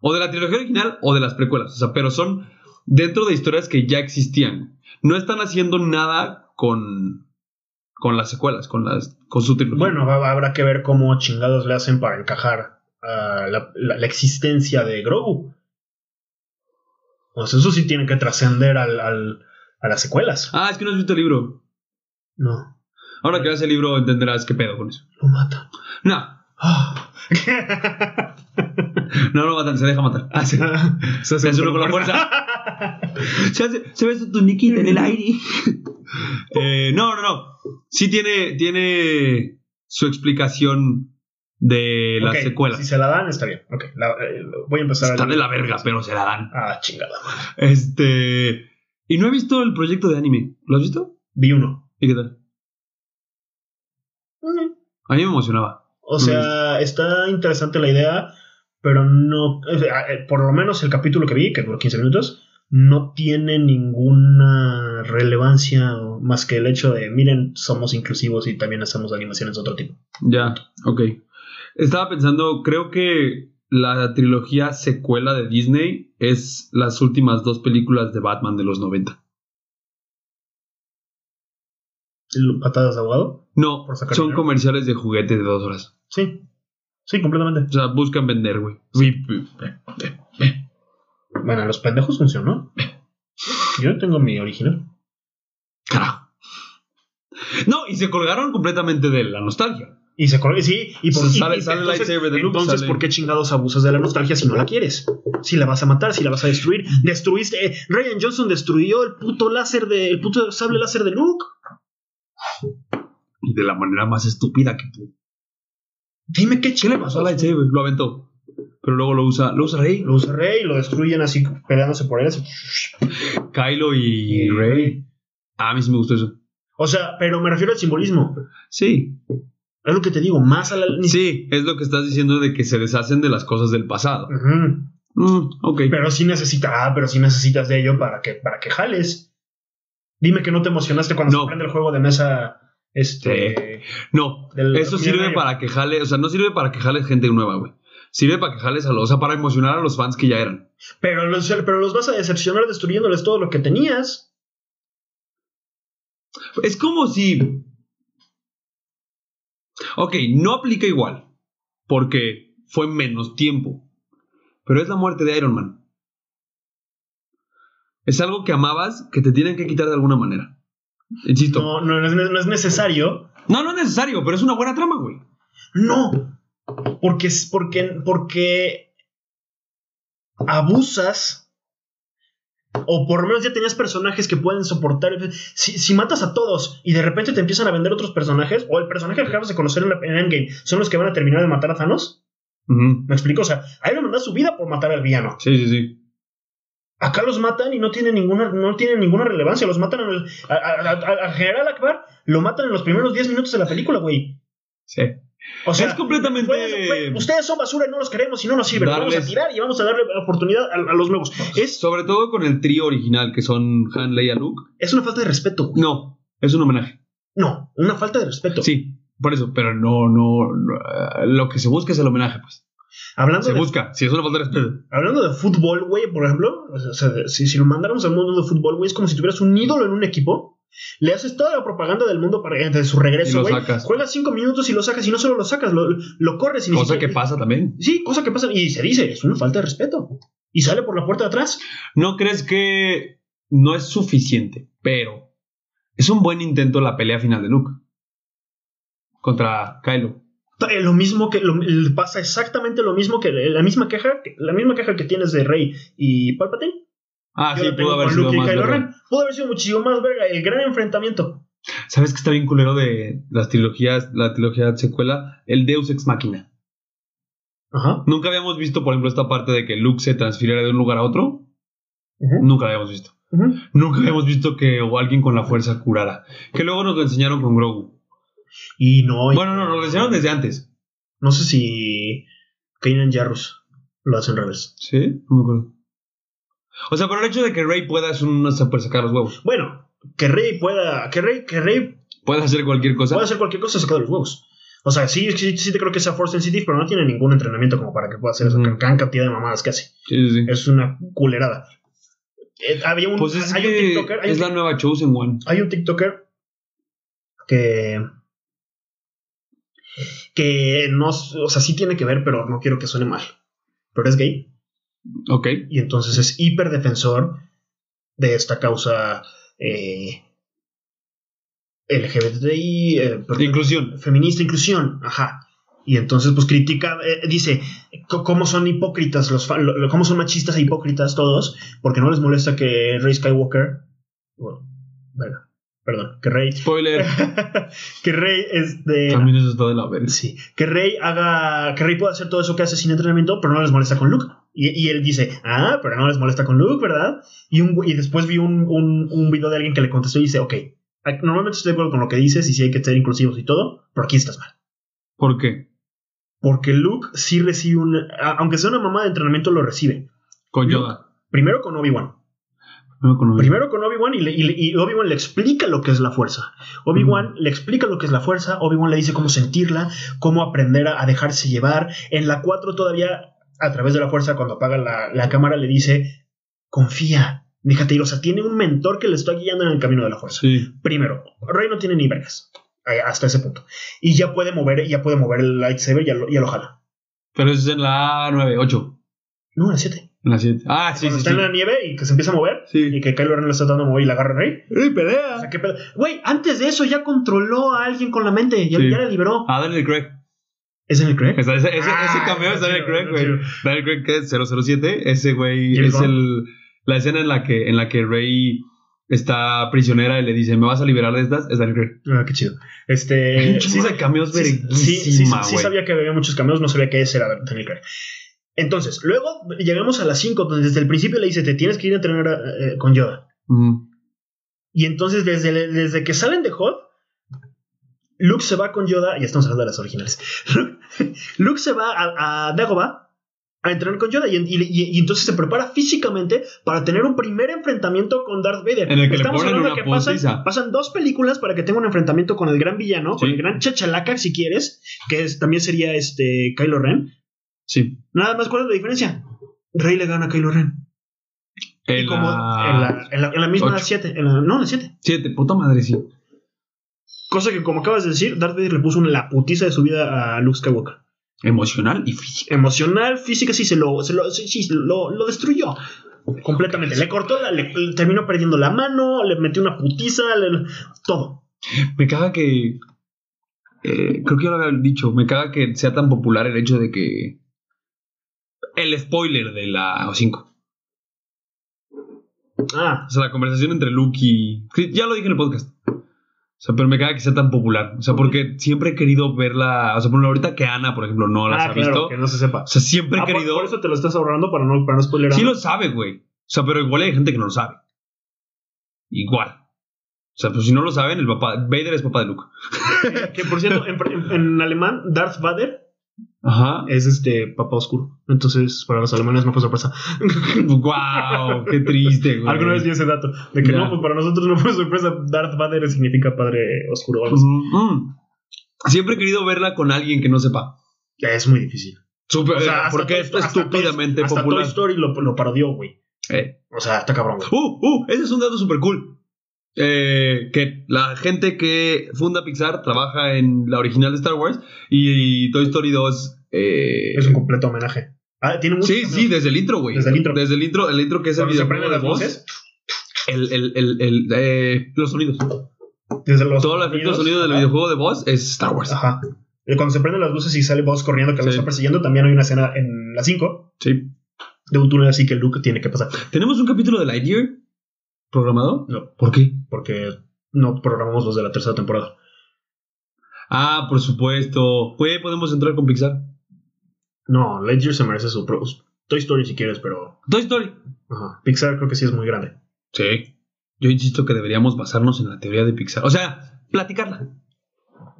S2: O de la trilogía original o de las precuelas, o sea, pero son dentro de historias que ya existían. No están haciendo nada con con las secuelas, con las con su trilogía.
S1: Bueno, ha- habrá que ver cómo chingados le hacen para encajar ah, la, la- la existencia de Grogu. Pues eso sí tiene que trascender al- al- a las secuelas.
S2: Ah, es que no has visto el libro.
S1: No.
S2: Ahora que veas el libro entenderás qué pedo con eso.
S1: Lo mata. Ah.
S2: No, no lo matan, se deja matar. Ah, sí.
S1: se
S2: hace uno con la fuerza. se, hace- se ve su tuniquita en el aire. Eh, no, no, no. Sí tiene, tiene su explicación de las
S1: Ok,
S2: secuelas.
S1: Si se la dan, está bien. Ok, la- eh, voy a empezar
S2: Está
S1: a
S2: de la verga, pero se la dan.
S1: Ah, chingada. madre.
S2: Este. Y no he visto el proyecto de anime. ¿Lo has visto?
S1: Vi uno.
S2: ¿Y qué tal? A mí me emocionaba.
S1: O sea, está interesante la idea, pero no. eh, eh, Por lo menos el capítulo que vi, que duró 15 minutos, no tiene ninguna relevancia más que el hecho de, miren, somos inclusivos y también hacemos animaciones de otro tipo.
S2: Ya, ok. Estaba pensando, creo que la trilogía secuela de Disney es las últimas dos películas de Batman de los 90.
S1: ¿Patadas de abogado?
S2: No,
S1: Por sacar
S2: son
S1: dinero.
S2: comerciales de juguete de dos horas.
S1: Sí. Sí, completamente.
S2: O sea, buscan vender, güey.
S1: Bueno, a los pendejos funcionó. Yo tengo mi original.
S2: Carajo. No, y se colgaron completamente de la nostalgia.
S1: Y se colgó, sí, y por
S2: O sea,
S1: y-
S2: sale-
S1: y-
S2: sale
S1: entonces,
S2: lightsaber de Luke,
S1: entonces
S2: sale-
S1: ¿por qué chingados abusas de la nostalgia si no la quieres? Si la vas a matar, si la vas a destruir. Destruiste. eh, Ryan Johnson destruyó el puto láser de. el puto sable láser de Luke.
S2: Y de la manera más estúpida que pudo.
S1: Dime qué
S2: ¿Qué le
S1: chingados.
S2: pasó a Lightsaber? Lo aventó. Pero luego lo usa. Lo usa Rey.
S1: Lo usa Rey y lo destruyen así peleándose por él. así.
S2: Kylo y Rey. Ah, A mí sí me gustó eso.
S1: O sea, pero me refiero al simbolismo.
S2: Sí.
S1: Es lo que te digo, más a la. ni-
S2: Sí, es lo que estás diciendo de que se deshacen de las cosas del pasado.
S1: Ujú.
S2: Mm, ok.
S1: Pero sí necesitas. Ah, pero sí necesitas de ello para que, para que jales. Dime que no te emocionaste cuando
S2: No.
S1: se prende el juego de mesa. Este.
S2: No,
S1: del-
S2: eso sirve para que jale, o sea, no sirve para que jale gente nueva, güey. sirve para que jales a los, o sea, para emocionar a los fans que ya eran.
S1: Pero los, pero los vas a decepcionar destruyéndoles todo lo que tenías.
S2: Es como si. Ok, no aplica igual. Porque fue menos tiempo. Pero es la muerte de Iron Man. Es algo que amabas que te tienen que quitar de alguna manera. Insisto.
S1: No, no, no es, no es necesario.
S2: No, no es necesario, pero es una buena trama, güey.
S1: No. Porque, porque, porque abusas. O por lo menos ya tenías personajes que pueden soportar. Si, si matas a todos y de repente te empiezan a vender otros personajes, o el personaje que acabas de conocer en, la, en Endgame son los que van a terminar de matar a Thanos.
S2: Ujú.
S1: ¿Me explico? O sea, ahí le mandas su vida por matar al villano.
S2: Sí, sí, sí.
S1: Acá los matan y no tienen ninguna, no tienen ninguna relevancia. Los matan al a, a- a- al general Akbar, lo matan en los primeros 10 minutos de la película, güey.
S2: Sí.
S1: O sea,
S2: es completamente.
S1: Puedes- puede- ustedes son basura y no los queremos y no nos sirven. Los Vamos a
S2: Darles-
S1: tirar y vamos a darle oportunidad a, a los nuevos. Es,
S2: Sobre todo con el trío original que son Han, Leia, Luke.
S1: es una falta de respeto. güey.
S2: No, es un homenaje.
S1: No, una falta de respeto.
S2: Sí, por eso, pero no, no, no, eh, Lo que se busca es el homenaje, pues.
S1: Hablando,
S2: Se
S1: de,
S2: busca, si es una falta de respeto.
S1: hablando de fútbol, güey, por ejemplo, o sea, de- si, si lo mandáramos al mundo de fútbol, güey, es como si tuvieras un ídolo en un equipo. Le haces toda la propaganda del mundo para, de su
S2: Y
S1: regreso,
S2: lo
S1: güey.
S2: sacas.
S1: Juegas cinco minutos y lo sacas y no solo lo sacas, lo, lo corres y ni
S2: Cosa que
S1: siquiera-
S2: pasa también.
S1: Sí, cosa que pasa y se dice, es una falta de respeto. Y sale por la puerta de atrás.
S2: ¿No crees que no es suficiente? Pero es un buen intento la pelea final de Luke contra Kylo.
S1: Eh, Lo mismo que lo- l- pasa exactamente lo mismo que la misma queja, que- la misma queja que tienes de Rey y Palpatine.
S2: Ah,
S1: Yo
S2: sí,
S1: la tengo
S2: pudo haber
S1: con
S2: sido
S1: Luke y
S2: más.
S1: Kylo
S2: verga.
S1: Ren. Pudo haber sido muchísimo más verga el gran enfrentamiento.
S2: ¿Sabes que está bien culero de las trilogías, la trilogía secuela? El Deus Ex Machina.
S1: Ajá.
S2: Nunca habíamos visto, por ejemplo, esta parte de que Luke se transfiriera de un lugar a otro.
S1: Ujú,
S2: Nunca la habíamos visto.
S1: ujú.
S2: Nunca habíamos visto que alguien con la fuerza curara. Que luego nos lo enseñaron con Grogu.
S1: Y no, y-
S2: Bueno, no, nos lo enseñaron desde antes.
S1: no sé si Kanan Jarrus lo hacen revés.
S2: Sí, no me acuerdo. O sea, pero el hecho de que Rey pueda es un, hasta por sacar los huevos.
S1: Bueno, que Rey pueda, que Rey, que Rey
S2: Puede hacer cualquier cosa.
S1: pueda hacer cualquier cosa sacado de los huevos. O sea, sí, sí, sí te creo que sea Force Sensitive, pero no tiene ningún entrenamiento como para que pueda hacer esa
S2: Ujú.
S1: gran cantidad de mamadas que hace.
S2: Sí, sí, sí.
S1: Es una culerada. Eh, había un,
S2: Pues es
S1: hay un
S2: que
S1: TikToker, hay un
S2: es la nueva Chosen One.
S1: hay un TikToker que. que no. O sea, sí tiene que ver, pero no quiero que suene mal. Pero es gay
S2: Ok.
S1: y entonces es hiperdefensor de esta causa eh, LGBTI, eh, perdón,
S2: Inclusión.
S1: feminista, inclusión, ajá. Y entonces, pues critica, eh, dice co- cómo son hipócritas los fa- lo- lo- cómo son machistas e hipócritas todos, porque no les molesta que Rey Skywalker, bueno, verga, perdón, que Rey,
S2: Spoiler.
S1: que Rey, este,
S2: También eso está de la verga.
S1: sí, que Rey haga, que Rey pueda hacer todo eso que hace sin entrenamiento, pero no les molesta con Luke. Y, y él dice, ah, pero no les molesta con Luke, ¿verdad? Y, un, güey- y después vi un, un, un video de alguien que le contestó y dice, ok, ac- normalmente estoy de acuerdo con lo que dices y sí hay que ser inclusivos y todo, pero aquí estás mal.
S2: ¿Por qué?
S1: Porque Luke sí recibe un. a- Aunque sea una mamá de entrenamiento, lo recibe.
S2: Con
S1: Luke.
S2: Yoda.
S1: Primero con Obi-Wan.
S2: No con Obi-Wan.
S1: Primero con Obi-Wan y, le- y le- y Obi-Wan le explica lo que es la fuerza. Obi-Wan le explica lo que es la fuerza. Obi-Wan le dice cómo sentirla, cómo aprender a, a dejarse llevar. En la 4 todavía, a través de la fuerza, cuando apaga la, la cámara, le dice: Confía, déjate ir. O sea, tiene un mentor que le está guiando en el camino de la fuerza.
S2: Sí.
S1: Primero, Rey no tiene ni vergas. eh, Hasta ese punto. Y ya puede mover, ya puede mover el lightsaber, ya lo, ya lo jala.
S2: Pero eso es en la 9, 8.
S1: No, el 7.
S2: En la 7. Ah, sí,
S1: cuando
S2: sí.
S1: está
S2: sí.
S1: en la nieve y que se empieza a mover y
S2: Sí.
S1: que Kylo Ren lo está tratando de mover y la agarra Rey.
S2: ¡Ey,
S1: O sea,
S2: pelea!
S1: qué pedo. Güey, antes de eso ya controló a alguien con la mente, ya,
S2: Sí.
S1: ya la liberó.
S2: Ah, Daniel Craig.
S1: ¿Es en el Craig?
S2: Esa- ese, ese,
S1: Ah,
S2: ese cameo es
S1: está
S2: Daniel
S1: chido,
S2: Craig,
S1: está
S2: güey.
S1: chido.
S2: Daniel Craig, que es 007. Ese güey
S1: James
S2: es el, la escena en la, que, en la que Rey está prisionera y le dice, ¿me vas a liberar de estas? Es Daniel Craig.
S1: Ah, qué chido. Este.
S2: Un
S1: Sí,
S2: chingo de cameos
S1: sí, sí, sí, sí,
S2: verguísima,
S1: sí
S2: güey.
S1: sabía que había muchos cameos, no sabía que ese era Daniel Craig. Entonces, luego llegamos a las 5, donde desde el principio le dice: Te tienes que ir a entrenar a- eh, con Yoda.
S2: Ujú.
S1: Y entonces, desde, desde que salen de Hoth, Luke se va con Yoda. Ya estamos hablando de las originales. Luke se va a, a Dagobah a entrenar con Yoda. Y, y- y- y entonces se prepara físicamente para tener un primer enfrentamiento con Darth Vader.
S2: En el que le
S1: estamos
S2: ponen
S1: hablando de
S2: una
S1: que pasan,
S2: putiza.
S1: pasan dos películas para que tenga un enfrentamiento con el gran villano, con
S2: Sí.
S1: el gran chachalaca, si quieres, que es- también sería este Kylo Ren. Sí. Nada más, ¿cuál es la diferencia? Rey le gana a Kylo Ren.
S2: En
S1: Y como- en,
S2: la...
S1: la, en la- en la misma
S2: Ocho.
S1: 7. No, en la 7.
S2: Siete, puta madre, sí.
S1: Cosa que, como acabas de decir, Darth Vader le puso una la putiza de su vida a Luke Skywalker.
S2: Emocional y física.
S1: Emocional, física, sí, se lo, se lo, sí, sí, lo, lo destruyó. Completamente. Le cortó, la, le, le terminó perdiendo la mano, le metió una putiza, le- todo.
S2: Me caga que. eh, creo que ya lo había dicho. Me caga que sea tan popular el hecho de que. El spoiler de la O5.
S1: Ah,
S2: O sea, la conversación entre Luke y. que Ya lo dije en el podcast. O sea, pero me caga que sea tan popular. O sea, porque siempre he querido verla. O sea, por ejemplo, ahorita que Ana, por ejemplo, no las
S1: ah,
S2: ha
S1: claro,
S2: visto.
S1: que no se sepa.
S2: O sea, siempre he
S1: Ah, por-
S2: querido.
S1: por, eso te lo estás ahorrando para no, para no spoiler.
S2: Sí lo sabe, güey. O sea, pero igual hay gente que no lo sabe. Igual. O sea, pues si no lo saben, el papá. Vader es papá de Luke.
S1: Que por cierto, en, en- en alemán, Darth Vader
S2: Ajá.
S1: es este papá oscuro. Entonces, para los alemanes no fue sorpresa.
S2: ¡Guau! ¡Qué triste, güey!
S1: Alguna vez di ese dato de que
S2: Ya.
S1: no, pues para nosotros no fue sorpresa. Darth Vader significa padre oscuro o algo así.
S2: Mm. Siempre he querido verla con alguien que no sepa.
S1: Es muy difícil.
S2: Súper, eh,
S1: O sea, hasta
S2: porque
S1: Toy-
S2: es
S1: hasta
S2: estúpidamente
S1: Toy- hasta
S2: popular.
S1: Toy Story lo, lo parodió, güey.
S2: Eh.
S1: O sea, está cabrón, güey.
S2: Uh, uh, ese es un dato súper cool. Eh, que la gente que funda Pixar trabaja en la original de Star Wars y, Toy Story 2. eh,
S1: Es un completo homenaje. Ah, tiene mucho.
S2: sí, sí, desde el intro, güey.
S1: Desde el intro.
S2: Desde el intro, el intro que es el
S1: Cuando se
S2: videojuego
S1: prenden
S2: de
S1: las
S2: voz.
S1: luces,
S2: El, el, el, el, eh, los sonidos.
S1: desde los
S2: Todo el efecto de sonido del
S1: ajá.
S2: videojuego de voz es Star Wars.
S1: Ajá. Y Cuando se prenden las luces y sale Buzz corriendo que lo
S2: Sí.
S1: está persiguiendo, también hay una escena en la 5
S2: Sí.
S1: de un túnel así que Luke tiene que pasar.
S2: ¿Tenemos un capítulo de Lightyear programado?
S1: No,
S2: ¿Por qué?
S1: porque no programamos los de la tercera temporada.
S2: Ah, por supuesto. Güey, podemos entrar con Pixar.
S1: No, Ledger se merece su pro. Toy Story si quieres, pero.
S2: Toy Story.
S1: Ajá. Pixar creo que sí es muy grande.
S2: Sí. Yo insisto que deberíamos basarnos en la teoría de Pixar. O sea, platicarla.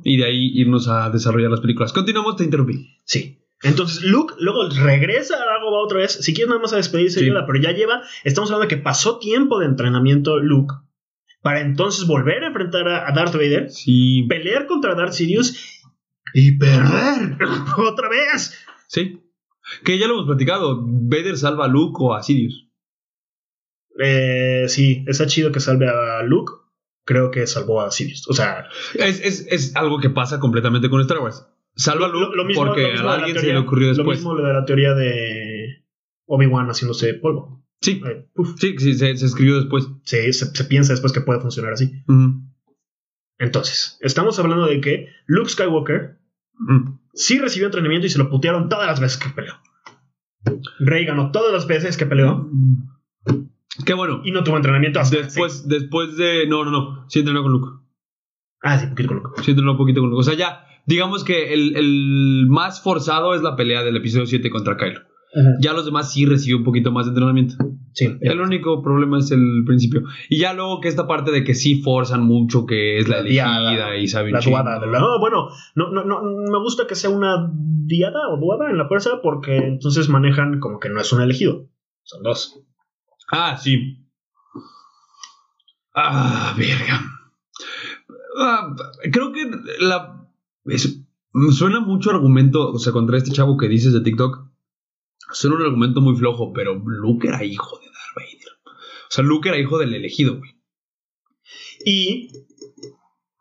S2: Y de ahí irnos a desarrollar las películas. Continuamos, te interrumpí.
S1: Sí. Entonces Luke luego regresa a Dagobah otra vez. Si quieres nada más a despedirse,
S2: Sí.
S1: ayuda, pero ya lleva. Estamos hablando de que pasó tiempo de entrenamiento Luke para entonces volver a enfrentar a a Darth Vader,
S2: Sí.
S1: pelear contra Darth Sidious y perder otra vez.
S2: Sí. Que ya lo hemos platicado. Vader salva a Luke o a Sirius.
S1: Eh, sí, está chido que salve a Luke. Creo que salvó a Sidious. O sea,
S2: Es, es- es algo que pasa completamente con Star Wars. Salva a Luke
S1: lo, lo mismo,
S2: porque
S1: lo mismo
S2: a
S1: de la
S2: alguien se
S1: teoría-
S2: le ocurrió
S1: Lo
S2: después.
S1: mismo de la teoría de Obi-Wan haciéndose polvo.
S2: Sí,
S1: Eh, uf,
S2: sí, sí, se, se escribió después. Mm,
S1: sí, se- se piensa después que puede funcionar así.
S2: Ujú.
S1: Entonces, estamos hablando de que Luke Skywalker
S2: Ujú.
S1: sí recibió entrenamiento y se lo putearon todas las veces que peleó. Rey ganó todas las veces que peleó
S2: Qué bueno.
S1: y no tuvo entrenamiento hasta
S2: Después, después de. No, no, no. Sí entrenó con Luke.
S1: Ah, sí, poquito con Luke.
S2: Sí entrenó un poquito con Luke. O sea, ya. Digamos que el, el más forzado es la pelea del episodio 7 contra Kylo. Ya los demás sí recibió un poquito más de entrenamiento.
S1: Sí, ya.
S2: El único problema es el principio. Y ya luego que esta parte de que sí forzan mucho, que es la
S1: La diada,
S2: elegida y sabe un
S1: la
S2: chingo.
S1: duada. de la- No, bueno, no, no, no, me gusta que sea una diada o duada en la fuerza porque entonces manejan como que no es un elegido. Son dos.
S2: Ah, sí. Ah, verga. Ah, creo que la. es- suena mucho argumento, o sea, contra este chavo que dices de TikTok. Suena un argumento muy flojo, pero Luke era hijo de Darth Vader. O sea, Luke era hijo del elegido, güey.
S1: Y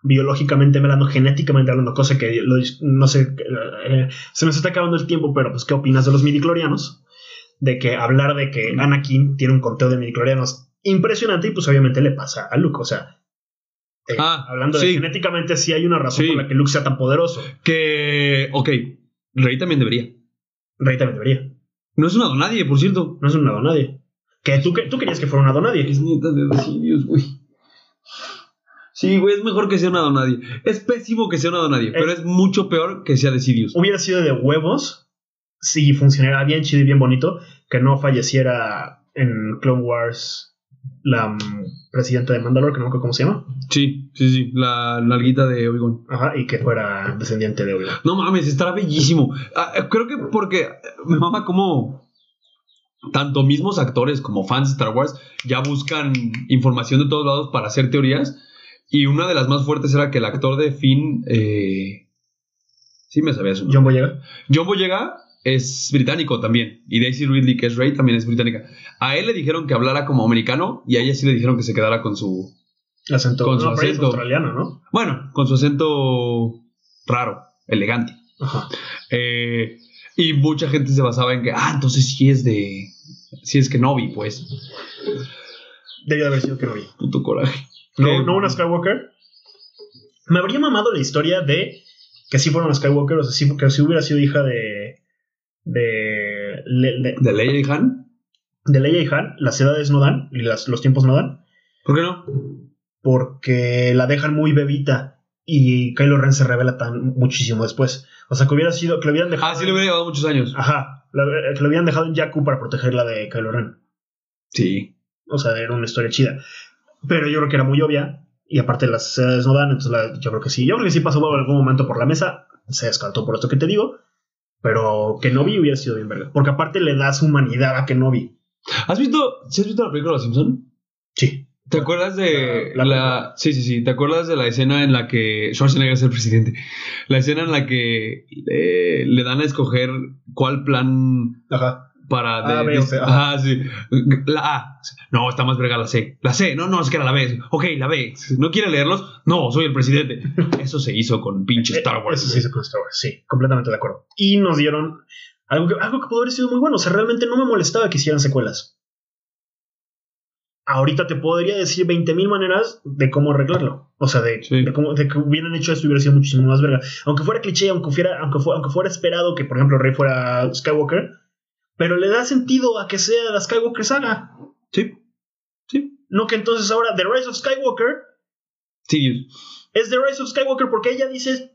S1: biológicamente hablando, genéticamente hablando, cosa que lo dis- no sé, eh, se nos está acabando el tiempo, pero pues, ¿qué opinas de los midiclorianos? De que hablar de que Anakin tiene un conteo de midiclorianos impresionante y pues obviamente le pasa a Luke, o sea... eh,
S2: Ah,
S1: hablando de
S2: sí.
S1: genéticamente, sí hay una razón
S2: Sí.
S1: por la que Luke sea tan poderoso.
S2: Que. Ok, Rey también debería.
S1: Rey también debería.
S2: No es una donadie, por cierto.
S1: No es un dado nadie. Que tú, que tú querías que fuera un dado nadie.
S2: Es nieta de Residios, güey. Sí, güey, es mejor que sea una donadie. Es pésimo que sea una donadie, pero es mucho peor que sea de Sidious.
S1: Hubiera sido de huevos si funcionara bien chido y bien bonito que no falleciera en Clone Wars la mm, presidenta de Mandalore, que no me acuerdo cómo se llama,
S2: Sí, sí, sí, la nalguita de Obi-Wan.
S1: Ajá, y que fuera descendiente de Obi-Wan.
S2: No mames, estará bellísimo. Ah, eh, creo que porque eh, me mama como tanto mismos actores como fans de Star Wars ya buscan información de todos lados para hacer teorías. Y una de las más fuertes era que el actor de Finn... eh, Sí, me sabía su nombre.
S1: John Boyega.
S2: John Boyega es británico también. Y Daisy Ridley, que es Rey, también es británica. A él le dijeron que hablara como americano y a ella sí le dijeron que se quedara con su.
S1: Acento.
S2: Con su
S1: no, pero ella es
S2: acento.
S1: australiano, ¿no?
S2: Bueno, con su acento raro, elegante.
S1: Ajá.
S2: Eh, y mucha gente se basaba en que, ah, entonces sí es de. Sí es que Novi, pues.
S1: Debió de haber sido que no vi.
S2: Puto coraje.
S1: No,
S2: Que-
S1: no una Skywalker. Me habría mamado la historia de que sí fuera una Skywalker, o sea, sí, que si hubiera sido hija de. de. le- de,
S2: ¿De Leia y Han?
S1: de Leia y Han, las edades no dan, y las- los tiempos no dan,
S2: ¿Por qué no?
S1: porque la dejan muy bebita y Kylo Ren se revela tan muchísimo después. O sea, que hubiera sido. que lo hubieran dejado.
S2: Ah, sí le hubiera llevado muchos años.
S1: Ajá, la- eh, que lo habían dejado en Jakku para protegerla de Kylo Ren.
S2: Sí.
S1: O sea, era una historia chida. Pero yo creo que era muy obvia. Y aparte las edades no dan, entonces la- yo creo que sí. Yo creo que sí pasó en algún momento por la mesa. Se descartó por esto que te digo. Pero que Kenobi hubiera sido bien verga. Porque aparte le das humanidad a Kenobi.
S2: ¿Has visto, ¿sí has visto la película de Los Simpson?
S1: Sí.
S2: ¿Te acuerdas de
S1: La-
S2: la,
S1: la-
S2: Sí, sí, sí. ¿Te acuerdas de la escena en la que Schwarzenegger es el presidente? La escena en la que eh, le dan a escoger cuál plan
S1: Ajá.
S2: para...
S1: A, B o C, ajá.
S2: Ajá, sí. La A. No, está más verga la C. La C. No, no, es que era la B. Ok, la B. ¿No quiere leerlos? No, soy el presidente. Eso se hizo con pinche Star Wars.
S1: Eh, Eso sí se hizo con Star Wars, sí. Completamente de acuerdo. Y nos dieron algo que, algo que pudo haber sido muy bueno. O sea, realmente no me molestaba que hicieran secuelas. Ahorita te podría decir 20.000 maneras de cómo arreglarlo. O sea, de,
S2: Sí.
S1: de cómo, de que hubieran hecho esto hubiera sido muchísimo más verga. Aunque fuera cliché, aunque fuera, aunque fuera, aunque fuera esperado que, por ejemplo, Rey fuera Skywalker, pero le da sentido a que sea la Skywalker saga.
S2: Sí. Sí.
S1: No que entonces ahora The Rise of Skywalker
S2: Sirius.
S1: es The Rise of Skywalker porque ella dice,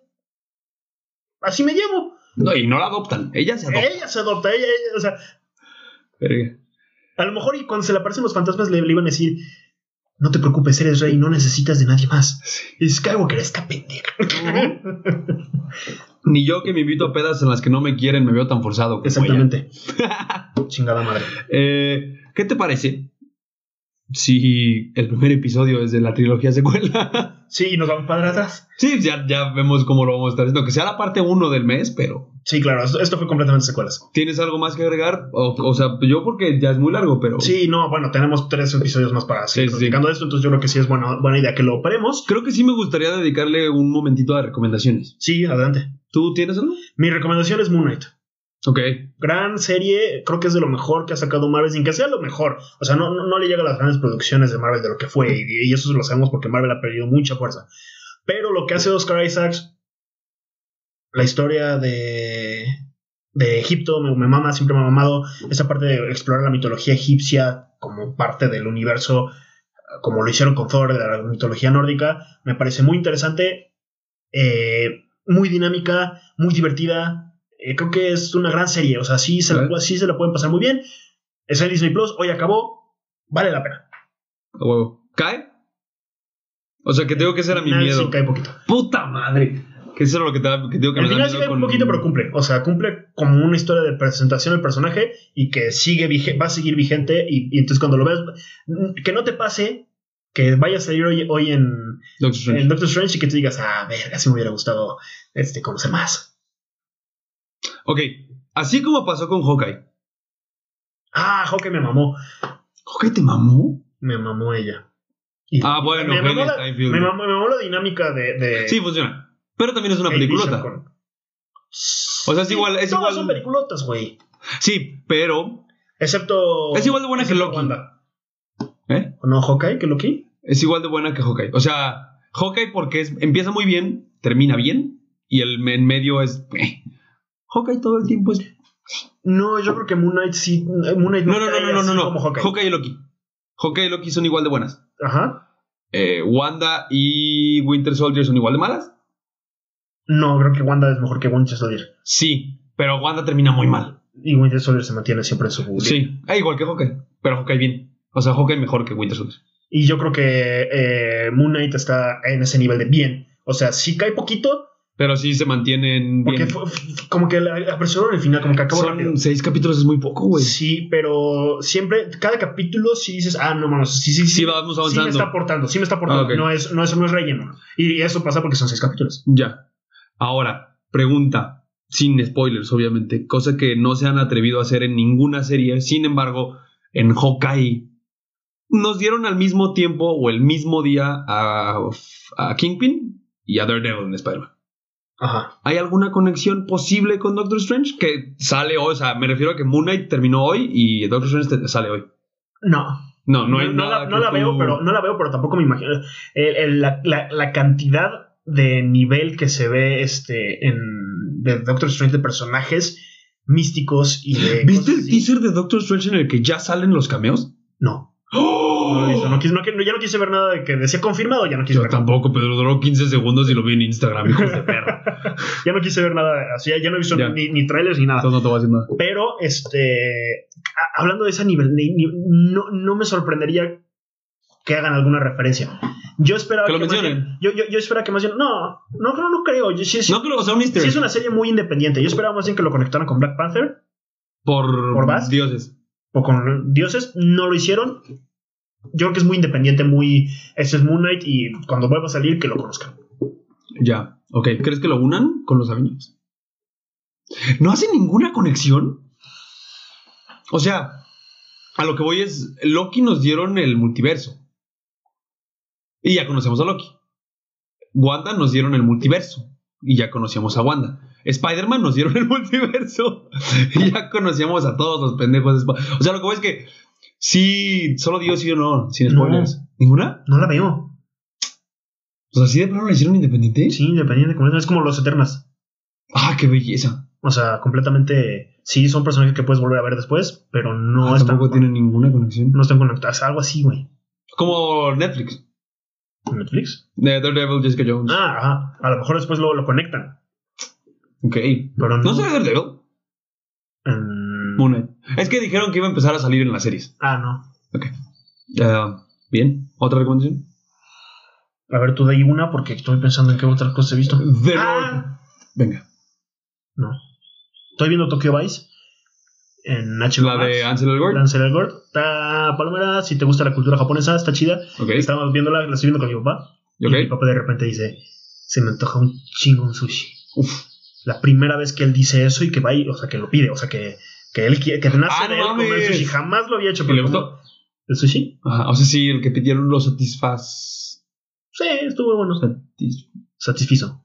S1: así me llamo.
S2: No, y no la adoptan. Ella se adopta.
S1: Ella se adopta, ella, ella- o sea,
S2: Verga.
S1: a lo mejor y cuando se le aparecen los fantasmas le, le iban a decir, no te preocupes, eres rey, no necesitas de nadie más. Y Skywalker está pendeja.
S2: Ni yo que me invito a pedas en las que no me quieren me veo tan forzado. como ella.
S1: Exactamente. Chingada madre.
S2: Eh, ¿Qué te parece si el primer episodio es de la trilogía secuela?
S1: Sí, y nos vamos para atrás.
S2: sí, ya, ya vemos cómo lo vamos a estar haciendo. Que sea la parte 1 del mes, pero.
S1: Sí, claro, esto, esto fue completamente secuelas.
S2: ¿Tienes algo más que agregar? O, o sea, yo porque ya es muy largo, pero.
S1: Sí, no, bueno, tenemos tres episodios más para seguir
S2: Sí, sí.
S1: platicando de esto, entonces yo creo que sí es buena, buena idea que lo paremos.
S2: Creo que sí me gustaría dedicarle un momentito a recomendaciones.
S1: Sí, adelante.
S2: ¿Tú tienes algo?
S1: Mi recomendación es Moon Knight.
S2: Ok.
S1: gran serie, creo que es de lo mejor que ha sacado Marvel, sin que sea lo mejor. O sea, no, no, no le llega a las grandes producciones de Marvel de lo que fue, y, y eso lo sabemos porque Marvel ha perdido mucha fuerza. Pero lo que hace Oscar Isaacs, la historia de, de Egipto, me, me mama, siempre me ha mamado, esa parte de explorar la mitología egipcia como parte del universo, como lo hicieron con Thor, de la mitología nórdica, me parece muy interesante, eh, muy dinámica, muy divertida. Eh, creo que es una gran serie, o sea, sí se, la,
S2: Claro.
S1: pu- sí se la pueden pasar muy bien. Es en Disney Plus, hoy acabó, vale la pena.
S2: A huevo. ¿Cae? O sea, que tengo que ser a mi
S1: Al final
S2: miedo.
S1: sí cae poquito.
S2: ¡Puta madre! Que eso es lo que, te, da- que digo que
S1: Al
S2: me da
S1: final sí
S2: miedo
S1: cae un
S2: con-
S1: poquito, pero cumple. O sea, cumple como una historia de presentación del personaje y que sigue vige- va a seguir vigente. Y, y entonces cuando lo veas, mm, que no te pase que vaya a salir hoy, hoy en,
S2: Doctor Strange.
S1: en Doctor Strange y que te digas, ah, verga, si me hubiera gustado este, conocer más.
S2: Ok, así como pasó con Hawkeye.
S1: Ah, Hawkeye me mamó.
S2: ¿Hawkeye te mamó?
S1: Me mamó ella. Y-
S2: Ah, bueno,
S1: me, mamó
S2: Haley
S1: la,
S2: Steinfeld.
S1: me mamó- me mamó la dinámica de. de
S2: Sí, funciona. Pero también es una
S1: Kate
S2: peliculota.
S1: Bishop con-
S2: O sea, es igual- es
S1: Todas
S2: igual-
S1: son peliculotas, güey.
S2: Sí, pero
S1: Excepto.
S2: es igual de buena que
S1: excepto
S2: Loki.
S1: Wanda.
S2: ¿Eh?
S1: ¿No, Hawkeye que Loki?
S2: Es igual de buena que Hawkeye. O sea, Hawkeye porque es- empieza muy bien, termina bien, y el me- en medio es... eh. Hawkeye todo el tiempo es...
S1: No, yo creo que Moon Knight sí. eh, Moon Knight
S2: No, no, no,
S1: cae
S2: no, no,
S1: así
S2: no. no.
S1: como Hawkeye.
S2: Hawkeye. y Loki. Hawkeye y Loki son igual de buenas.
S1: Ajá.
S2: Eh, Wanda y Winter Soldier son igual de malas.
S1: No, creo que Wanda es mejor que Winter Soldier.
S2: Sí, pero Wanda termina muy mal.
S1: Y Winter Soldier se mantiene siempre en su.
S2: Sí, eh, igual que Hawkeye, pero Hawkeye bien. O sea, Hawkeye mejor que Winter Soldier.
S1: Y yo creo que eh, Moon Knight está en ese nivel de bien. O sea, sí cae poquito,
S2: Pero sí se mantienen
S1: porque
S2: bien.
S1: fue- fue- como que la- apresuraron el final, como que acabó rápido.
S2: Son seis capítulos, es muy poco, güey. Sí,
S1: Sí, pero siempre, cada capítulo sí dices, ah, no, mames, sí, sí, sí. sí
S2: vamos
S1: me
S2: avanzando.
S1: está aportando, sí me está aportando.
S2: Ah, ok.
S1: no, es, no, eso no es relleno. Y eso pasa porque son seis capítulos.
S2: ya. Ahora, pregunta. sin spoilers, obviamente, cosa que no se han atrevido a hacer en ninguna serie. Sin embargo, en Hawkeye nos dieron al mismo tiempo o el mismo día a, a Kingpin y a Daredevil en Spider-Man.
S1: Ajá.
S2: ¿Hay alguna conexión posible con Doctor Strange? Que sale hoy, o sea, me refiero a que Moon Knight terminó hoy y Doctor Strange te- sale hoy.
S1: No,
S2: No, no
S1: no,
S2: hay
S1: no
S2: nada
S1: la,
S2: que
S1: no la
S2: tú-
S1: veo, pero no la veo, pero tampoco me imagino. El- el- la, la- la cantidad de nivel que se ve este en de Doctor Strange de personajes místicos y de
S2: ¿Viste
S1: cosas
S2: el
S1: así.
S2: teaser de Doctor Strange en el que ya salen los cameos?
S1: No, no lo he visto, no quise- no que- ya no quise ver nada de que decía confirmado, ya no quise
S2: Oh. Yo
S1: ver.
S2: tampoco, pero duró 15 segundos y lo vi en Instagram, hijos de perra.
S1: Ya no quise ver nada, así ya, ya no he visto
S2: Ya.
S1: ni, ni trailers ni nada.
S2: Entonces no te voy a decir nada.
S1: Pero, este, a- hablando de ese nivel, ni- ni- no, no me sorprendería que hagan alguna referencia. Yo esperaba
S2: Que lo
S1: más bien-
S2: mencionen.
S1: Yo, yo, yo esperaba que más bien. No, no, no, no creo. Yo, sí, sí-
S2: No creo, o sea, un easter
S1: sí
S2: egg.
S1: es una serie muy independiente. Yo esperaba más bien que lo conectaran con Black Panther
S2: Por,
S1: ¿Por Bast?
S2: dioses.
S1: o con Dioses. No lo hicieron. Yo creo que es muy independiente, muy. Este es Moon Knight y cuando vuelva a salir, que lo conozcan.
S2: Ya, ok. ¿Crees que lo unan con los Avengers? ¿No hace ninguna conexión? O sea, a lo que voy es, Loki nos dieron el multiverso. Y ya conocemos a Loki. Wanda nos dieron el multiverso. Y ya conocíamos a Wanda. Spider-Man nos dieron el multiverso. Y ya conocíamos a todos los pendejos. de Sp- O sea, lo que voy es que sí, solo Dios sí o no, sin
S1: No.
S2: spoilers. ¿Ninguna?
S1: No la veo.
S2: O sea, sí de plano la hicieron independiente.
S1: Sí, independiente. completamente. Es como los Eternas.
S2: Ah, qué belleza.
S1: O sea, completamente. Sí, son personajes que puedes volver a ver después, pero no
S2: Ah,
S1: están.
S2: tampoco tiene ninguna conexión.
S1: No están conectadas. Algo así, güey.
S2: Como Netflix.
S1: ¿En Netflix.
S2: De Daredevil, Jessica Jones.
S1: Ah, ajá. A lo mejor después lo, lo conectan.
S2: Ok.
S1: Pero no.
S2: No sale Daredevil.
S1: Mm,
S2: Moon Knight. Es que dijeron que iba a empezar a salir en las series.
S1: ah, no.
S2: Ah, bien. ¿Otra recomendación?
S1: A ver, tú de ahí una, porque estoy pensando en qué otras cosas he visto.
S2: The Road.
S1: Ah,
S2: Venga.
S1: no. Estoy viendo Tokyo Vice en HBO.
S2: La de
S1: Max.
S2: Ansel Elgort.
S1: Ansel Elgort. Está palomera. Si te gusta la cultura japonesa, está chida.
S2: Ok.
S1: Estábamos viéndola, la estoy viendo con mi papá. Y mi
S2: Ok.
S1: papá de repente dice: Se me antoja un chingo un sushi.
S2: Uf.
S1: la primera vez que él dice eso y que va y, o sea, que lo pide, o sea, que, que él quiere, que nace
S2: Ah,
S1: de
S2: no
S1: él comer
S2: mames.
S1: sushi. Jamás lo había hecho.
S2: ¿Y le
S1: pero como- ¿El sushi?
S2: Ajá, o sea, sí, el que pidieron lo satisfaz.
S1: Sí, estuvo bueno.
S2: satis-
S1: Satisfizo.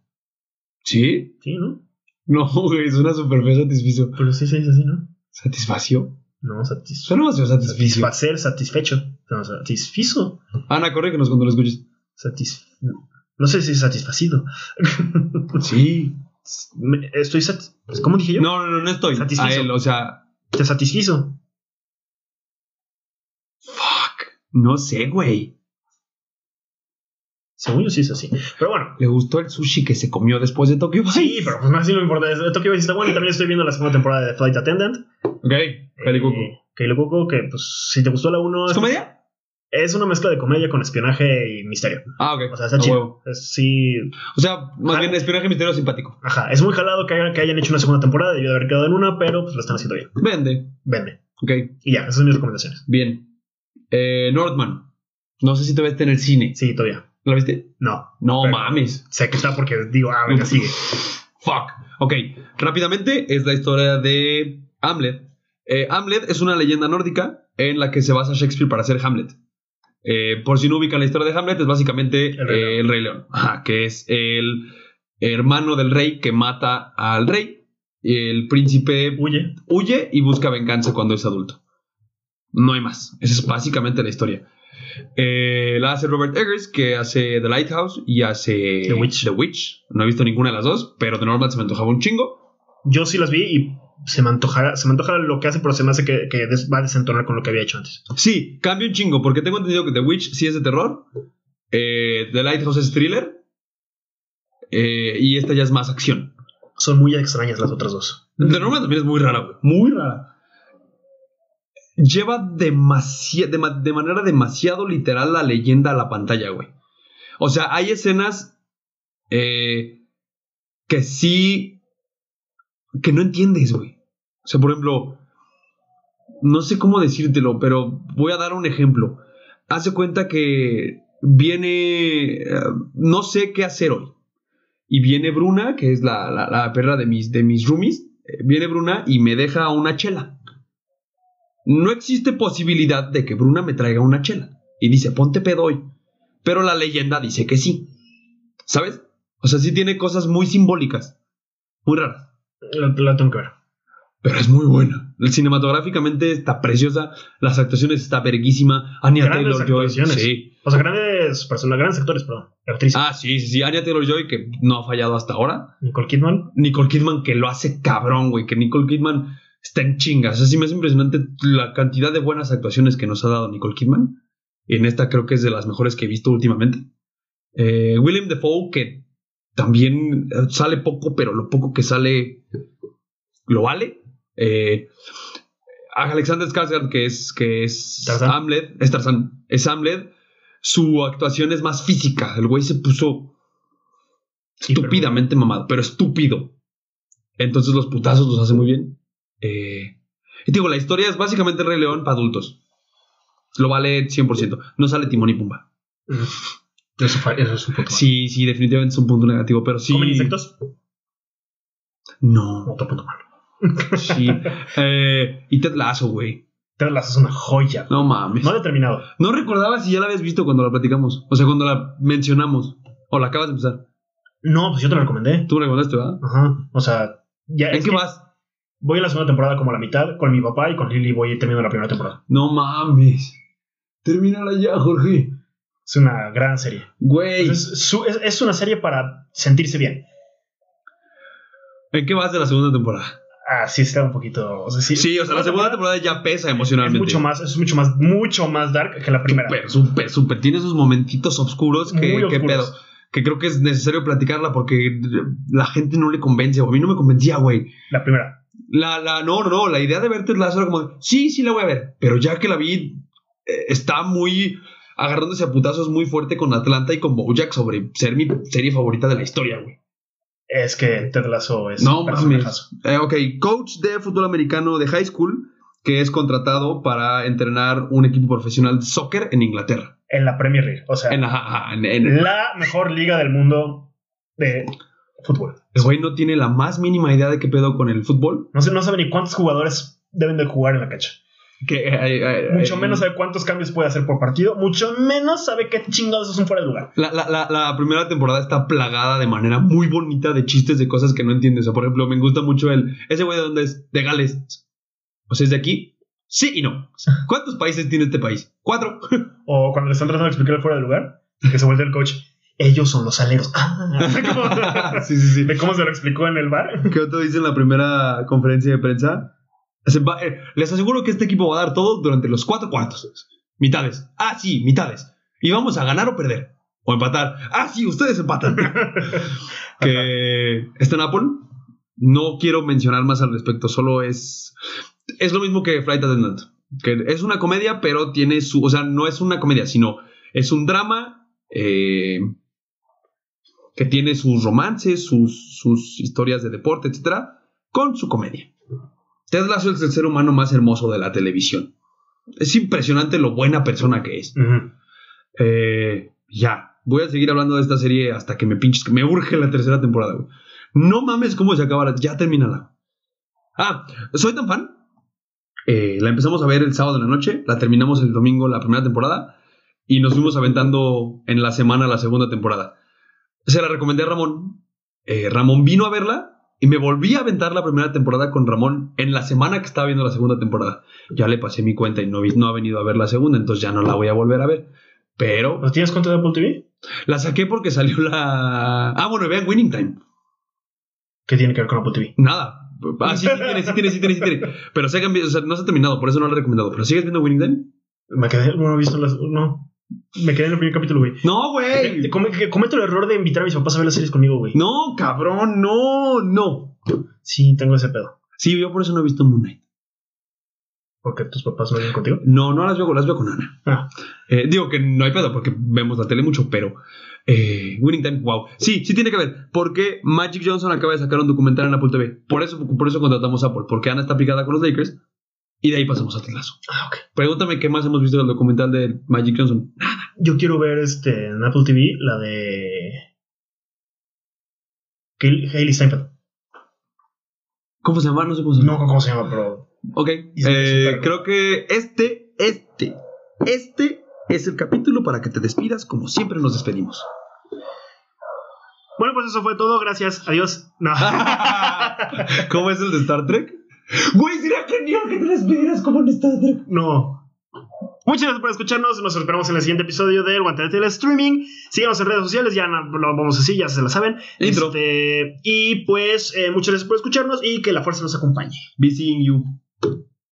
S2: ¿Sí?
S1: Sí, ¿no?
S2: No, güey, suena súper feo satisficio.
S1: Pero sí se dice así, ¿no?
S2: ¿Satisfacio?
S1: No, satisfizo.
S2: Suena más feo satisficio.
S1: Satisfacer, satisfecho. No, satisfizo.
S2: Ana, corre que nos cuando lo escuches.
S1: Satis... No sé si es satisfacido.
S2: Sí.
S1: Me- Estoy sat... pues, ¿Cómo dije yo?
S2: No, no, no, no estoy. A
S1: Satisfizo.
S2: él, o sea,
S1: Te satisfizo.
S2: Fuck. No sé, güey.
S1: Según yo sí es así. Pero bueno.
S2: Le gustó el sushi que se comió después de Tokyo Vice.
S1: Sí, pero pues, así no importa. Tokyo Vice está bueno y también estoy viendo la segunda temporada de Flight Attendant.
S2: Ok, pelicuco.
S1: Eh, Kaylee Cuoco, que pues si te gustó la 1,
S2: ¿Es
S1: es,
S2: comedia?
S1: es una mezcla de comedia con espionaje y misterio.
S2: Ah, ok.
S1: O sea, está
S2: A
S1: chido.
S2: huevo.
S1: Es- sí,
S2: O sea, más
S1: Ah.
S2: bien espionaje misterio simpático.
S1: ajá. Es muy jalado que hayan, que hayan hecho una segunda temporada, debió haber quedado en una, pero pues lo están haciendo bien.
S2: Vende.
S1: Vende.
S2: Ok,
S1: Y ya, esas son mis recomendaciones.
S2: bien. Eh, Northman. No sé si te viste en el cine.
S1: Sí, todavía.
S2: ¿La viste?
S1: No,
S2: No
S1: Pero-
S2: mames.
S1: sé que está porque digo, ah, venga, sigue.
S2: Fuck. Ok, rápidamente es la historia de Hamlet. Eh, Hamlet es una leyenda nórdica en la que se basa Shakespeare para hacer Hamlet. Eh, por si no ubican la historia de Hamlet, es básicamente eh,
S1: El
S2: el
S1: Rey
S2: Rey
S1: León.
S2: León, Ajá, que es el hermano del rey que mata al rey. Y el príncipe
S1: Huye.
S2: huye y busca venganza cuando es adulto. No hay más. Esa es básicamente la historia. Eh, la hace Robert Eggers, que hace The Lighthouse y hace
S1: The Witch.
S2: No he visto ninguna de las dos, pero de normal se me antojaba un chingo.
S1: Yo sí las vi y se me antojará, se me antoja lo que hace, pero se me hace que, que des- va a desentonar con lo que había hecho antes.
S2: Sí, cambia un chingo, porque tengo entendido que The Witch sí es de terror. eh, The Lighthouse es thriller. eh, y esta ya es más acción.
S1: Son muy extrañas las otras dos.
S2: The Norman también es muy rara, güey. Muy rara. Lleva demasi- de, ma- de manera demasiado literal la leyenda a la pantalla, güey. O sea, hay escenas eh, que sí. que no entiendes, güey. O sea, por ejemplo, no sé cómo decírtelo, pero voy a dar un ejemplo. Hace cuenta que viene. eh, no sé qué hacer hoy. Y viene Bruna, que es la, la, la perra de mis, de mis roomies. eh, Viene Bruna y me deja una chela. No existe posibilidad de que Bruna me traiga una chela. Y dice, ponte pedo hoy. Pero la leyenda dice que sí. ¿Sabes? O sea, sí tiene cosas muy simbólicas. Muy raras.
S1: La, la tengo que ver.
S2: Pero es muy buena. Cinematográficamente está preciosa. Las actuaciones está verguísima. Anya
S1: Grandes
S2: Taylor Joy.
S1: actuaciones.
S2: Sí.
S1: O sea, grandes personas, grandes actores, perdón. Actrices.
S2: Ah, sí, sí, sí. Anya Taylor Joy, que no ha fallado hasta ahora.
S1: Nicole Kidman.
S2: Nicole Kidman, que lo hace cabrón, güey. Que Nicole Kidman está en chingas. O sea, sí me es impresionante la cantidad de buenas actuaciones que nos ha dado Nicole Kidman. En esta creo que es de las mejores que he visto últimamente. Eh, William Defoe, que también eh, sale poco, pero lo poco que sale lo vale. Eh, Alexander Skarsgård, que es, que es
S1: Tarzán.
S2: Hamlet, es Tarzán, es Hamlet. Su actuación es más física. El güey se puso estúpidamente mamado, pero estúpido. Entonces los putazos los hace muy bien. Eh, y te digo, la historia es básicamente el Rey León para adultos. Lo vale 100%. No sale Timón y Pumba.
S1: Mm. Eso, fa- eso es un punto. malo.
S2: Sí, sí, definitivamente es un punto negativo, pero sí.
S1: ¿Comen insectos?
S2: No.
S1: Otro punto malo.
S2: Sí. Eh, y Ted Lasso, güey.
S1: Ted Lasso es una joya.
S2: No mames.
S1: No determinado.
S2: No recordaba si ya la habías visto cuando la platicamos. O sea, cuando la mencionamos. O la acabas de empezar.
S1: No, pues yo te lo recomendé.
S2: Tú me la contaste, ¿verdad?
S1: Ajá. O sea, ya
S2: ¿En
S1: es
S2: qué
S1: que
S2: vas?
S1: voy a la segunda temporada como a la mitad con mi papá y con Lily voy terminando la primera temporada.
S2: No mames. Termínala ya, Jorge.
S1: Es una gran serie.
S2: Güey.
S1: Entonces, su- Pues es, es una serie para sentirse bien.
S2: ¿En qué vas de la segunda temporada?
S1: Ah, sí está un poquito. O sea, sí,
S2: Sí, o sea, la segunda temporada ya pesa
S1: es
S2: emocionalmente.
S1: mucho más, es mucho más, mucho más dark que la primera.
S2: Súper, súper, súper. Tiene esos momentitos oscuros que,
S1: Muy
S2: que
S1: oscuros.
S2: pedo. Que creo que es necesario platicarla porque la gente no le convence. O a mí no me convencía, güey.
S1: La primera.
S2: La, la, no, no, no. La idea de verte la era como, sí, sí la voy a ver. Pero ya que la vi, eh, está muy agarrándose a putazos muy fuerte con Atlanta y con Bojack sobre ser mi serie favorita de la historia, güey.
S1: Es que Ted Lasso es
S2: No
S1: un
S2: mames.
S1: personajazo.
S2: Eh, ok, coach de fútbol americano de high school que es contratado para entrenar un equipo profesional de soccer en Inglaterra.
S1: en la Premier League. O sea,
S2: En la- en- en-
S1: la mejor liga del mundo de fútbol.
S2: El güey no tiene la más mínima idea de qué pedo con el fútbol.
S1: No, sé, no sabe ni cuántos jugadores deben de jugar en la cancha.
S2: Que, eh, eh,
S1: Mucho
S2: eh,
S1: menos sabe cuántos cambios puede hacer por partido. Mucho menos sabe qué chingados es un fuera de lugar.
S2: La, la- la- la primera temporada está plagada de manera muy bonita de chistes de cosas que no entiendes. O sea, por ejemplo, me gusta mucho el. ¿Ese güey de dónde es? De Gales. O sea, es de aquí. Sí y no. ¿Cuántos países tiene este país? Cuatro.
S1: O cuando le están tratando de explicar el fuera de lugar, que se vuelve el coach. Ellos son los aleros. Ah,
S2: sí, sí, sí.
S1: ¿De cómo se lo explicó en el bar?
S2: ¿Qué otro dice en la primera conferencia de prensa? Se va- eh, les aseguro que este equipo va a dar todo durante los cuatro cuartos. Mitades. Ah, sí, mitades. Y vamos a ganar o perder. O empatar. Ah, sí, ustedes empatan. que está en Apple. No quiero mencionar más al respecto. Solo es. Es lo mismo que Flight Attendant. Que es una comedia, pero tiene su. O sea, no es una comedia, sino es un drama. eh, que tiene sus romances, sus, sus historias de deporte, etcétera, con su comedia. Ted Lasso es el ser humano más hermoso de la televisión. Es impresionante lo buena persona que es.
S1: Ujú.
S2: Eh, ya, voy a seguir hablando de esta serie hasta que me pinches, que me urge la tercera temporada, güey. No mames cómo se acaba, la- ya termínala. Ah, soy tan fan. Eh, la empezamos a ver el sábado en la noche, la terminamos el domingo la primera temporada y nos fuimos aventando en la semana la segunda temporada. Se la recomendé a Ramón. Eh, Ramón vino a verla y me volví a aventar la primera temporada con Ramón en la semana que estaba viendo la segunda temporada. Ya le pasé mi cuenta y no, vi- no ha venido a ver la segunda, entonces ya no la voy a volver a ver. Pero
S1: ¿Los tienes cuenta de Apple TV?
S2: la saqué porque salió la. Ah, bueno, vean Winning Time.
S1: ¿Qué tiene que ver con Apple TV?
S2: Nada. Ah, sí, sí tiene, sí tiene, sí tiene, sí tiene. Pero se ha cambiado, o sea, no se ha terminado, por eso no la he recomendado. ¿Pero sigues viendo Winning Time?
S1: Me quedé, no he visto las. No. Me quedé en el primer capítulo, güey.
S2: No,
S1: Eh,
S2: güey.
S1: come- que Cometo el error de invitar a mis papás a ver las series conmigo, güey.
S2: No, cabrón, no, no.
S1: Sí, tengo ese pedo.
S2: Sí, yo por eso no he visto Moon Knight.
S1: Porque tus papás no viven contigo.
S2: No, no las veo, las veo con Ana.
S1: Ah.
S2: Eh, digo que no hay pedo porque vemos la tele mucho, pero eh, Winning Time, wow. Sí, sí tiene que ver, porque Magic Johnson acaba de sacar un documental en Apple TV. Por eso, por eso contratamos a Apple, porque Ana está picada con los Lakers y de ahí pasamos a Telazo.
S1: Ah, ok.
S2: Pregúntame qué más hemos visto del documental de Magic Johnson.
S1: Yo quiero ver este en Apple TV la de Hail- Hailey Steinfeld.
S2: ¿Cómo se llama? No sé cómo se
S1: No,
S2: llama.
S1: ¿cómo se llama? Pero
S2: Ok.
S1: Y se
S2: eh,
S1: super-
S2: creo que este, este, este es el capítulo para que te despidas como siempre nos despedimos.
S1: Bueno, pues eso fue todo. Gracias. Adiós. No.
S2: ¿Cómo es el de Star Trek? Güey, sería genial que te despidieras como en Star Trek.
S1: No. Muchas gracias por escucharnos. Nos esperamos en el siguiente episodio del Guantelete del Streaming. Síganos en redes sociales. Ya no- lo vamos así, ya se la saben.
S2: Intro.
S1: Este, y pues, eh, muchas gracias por escucharnos y que la fuerza nos acompañe.
S2: Be seeing you.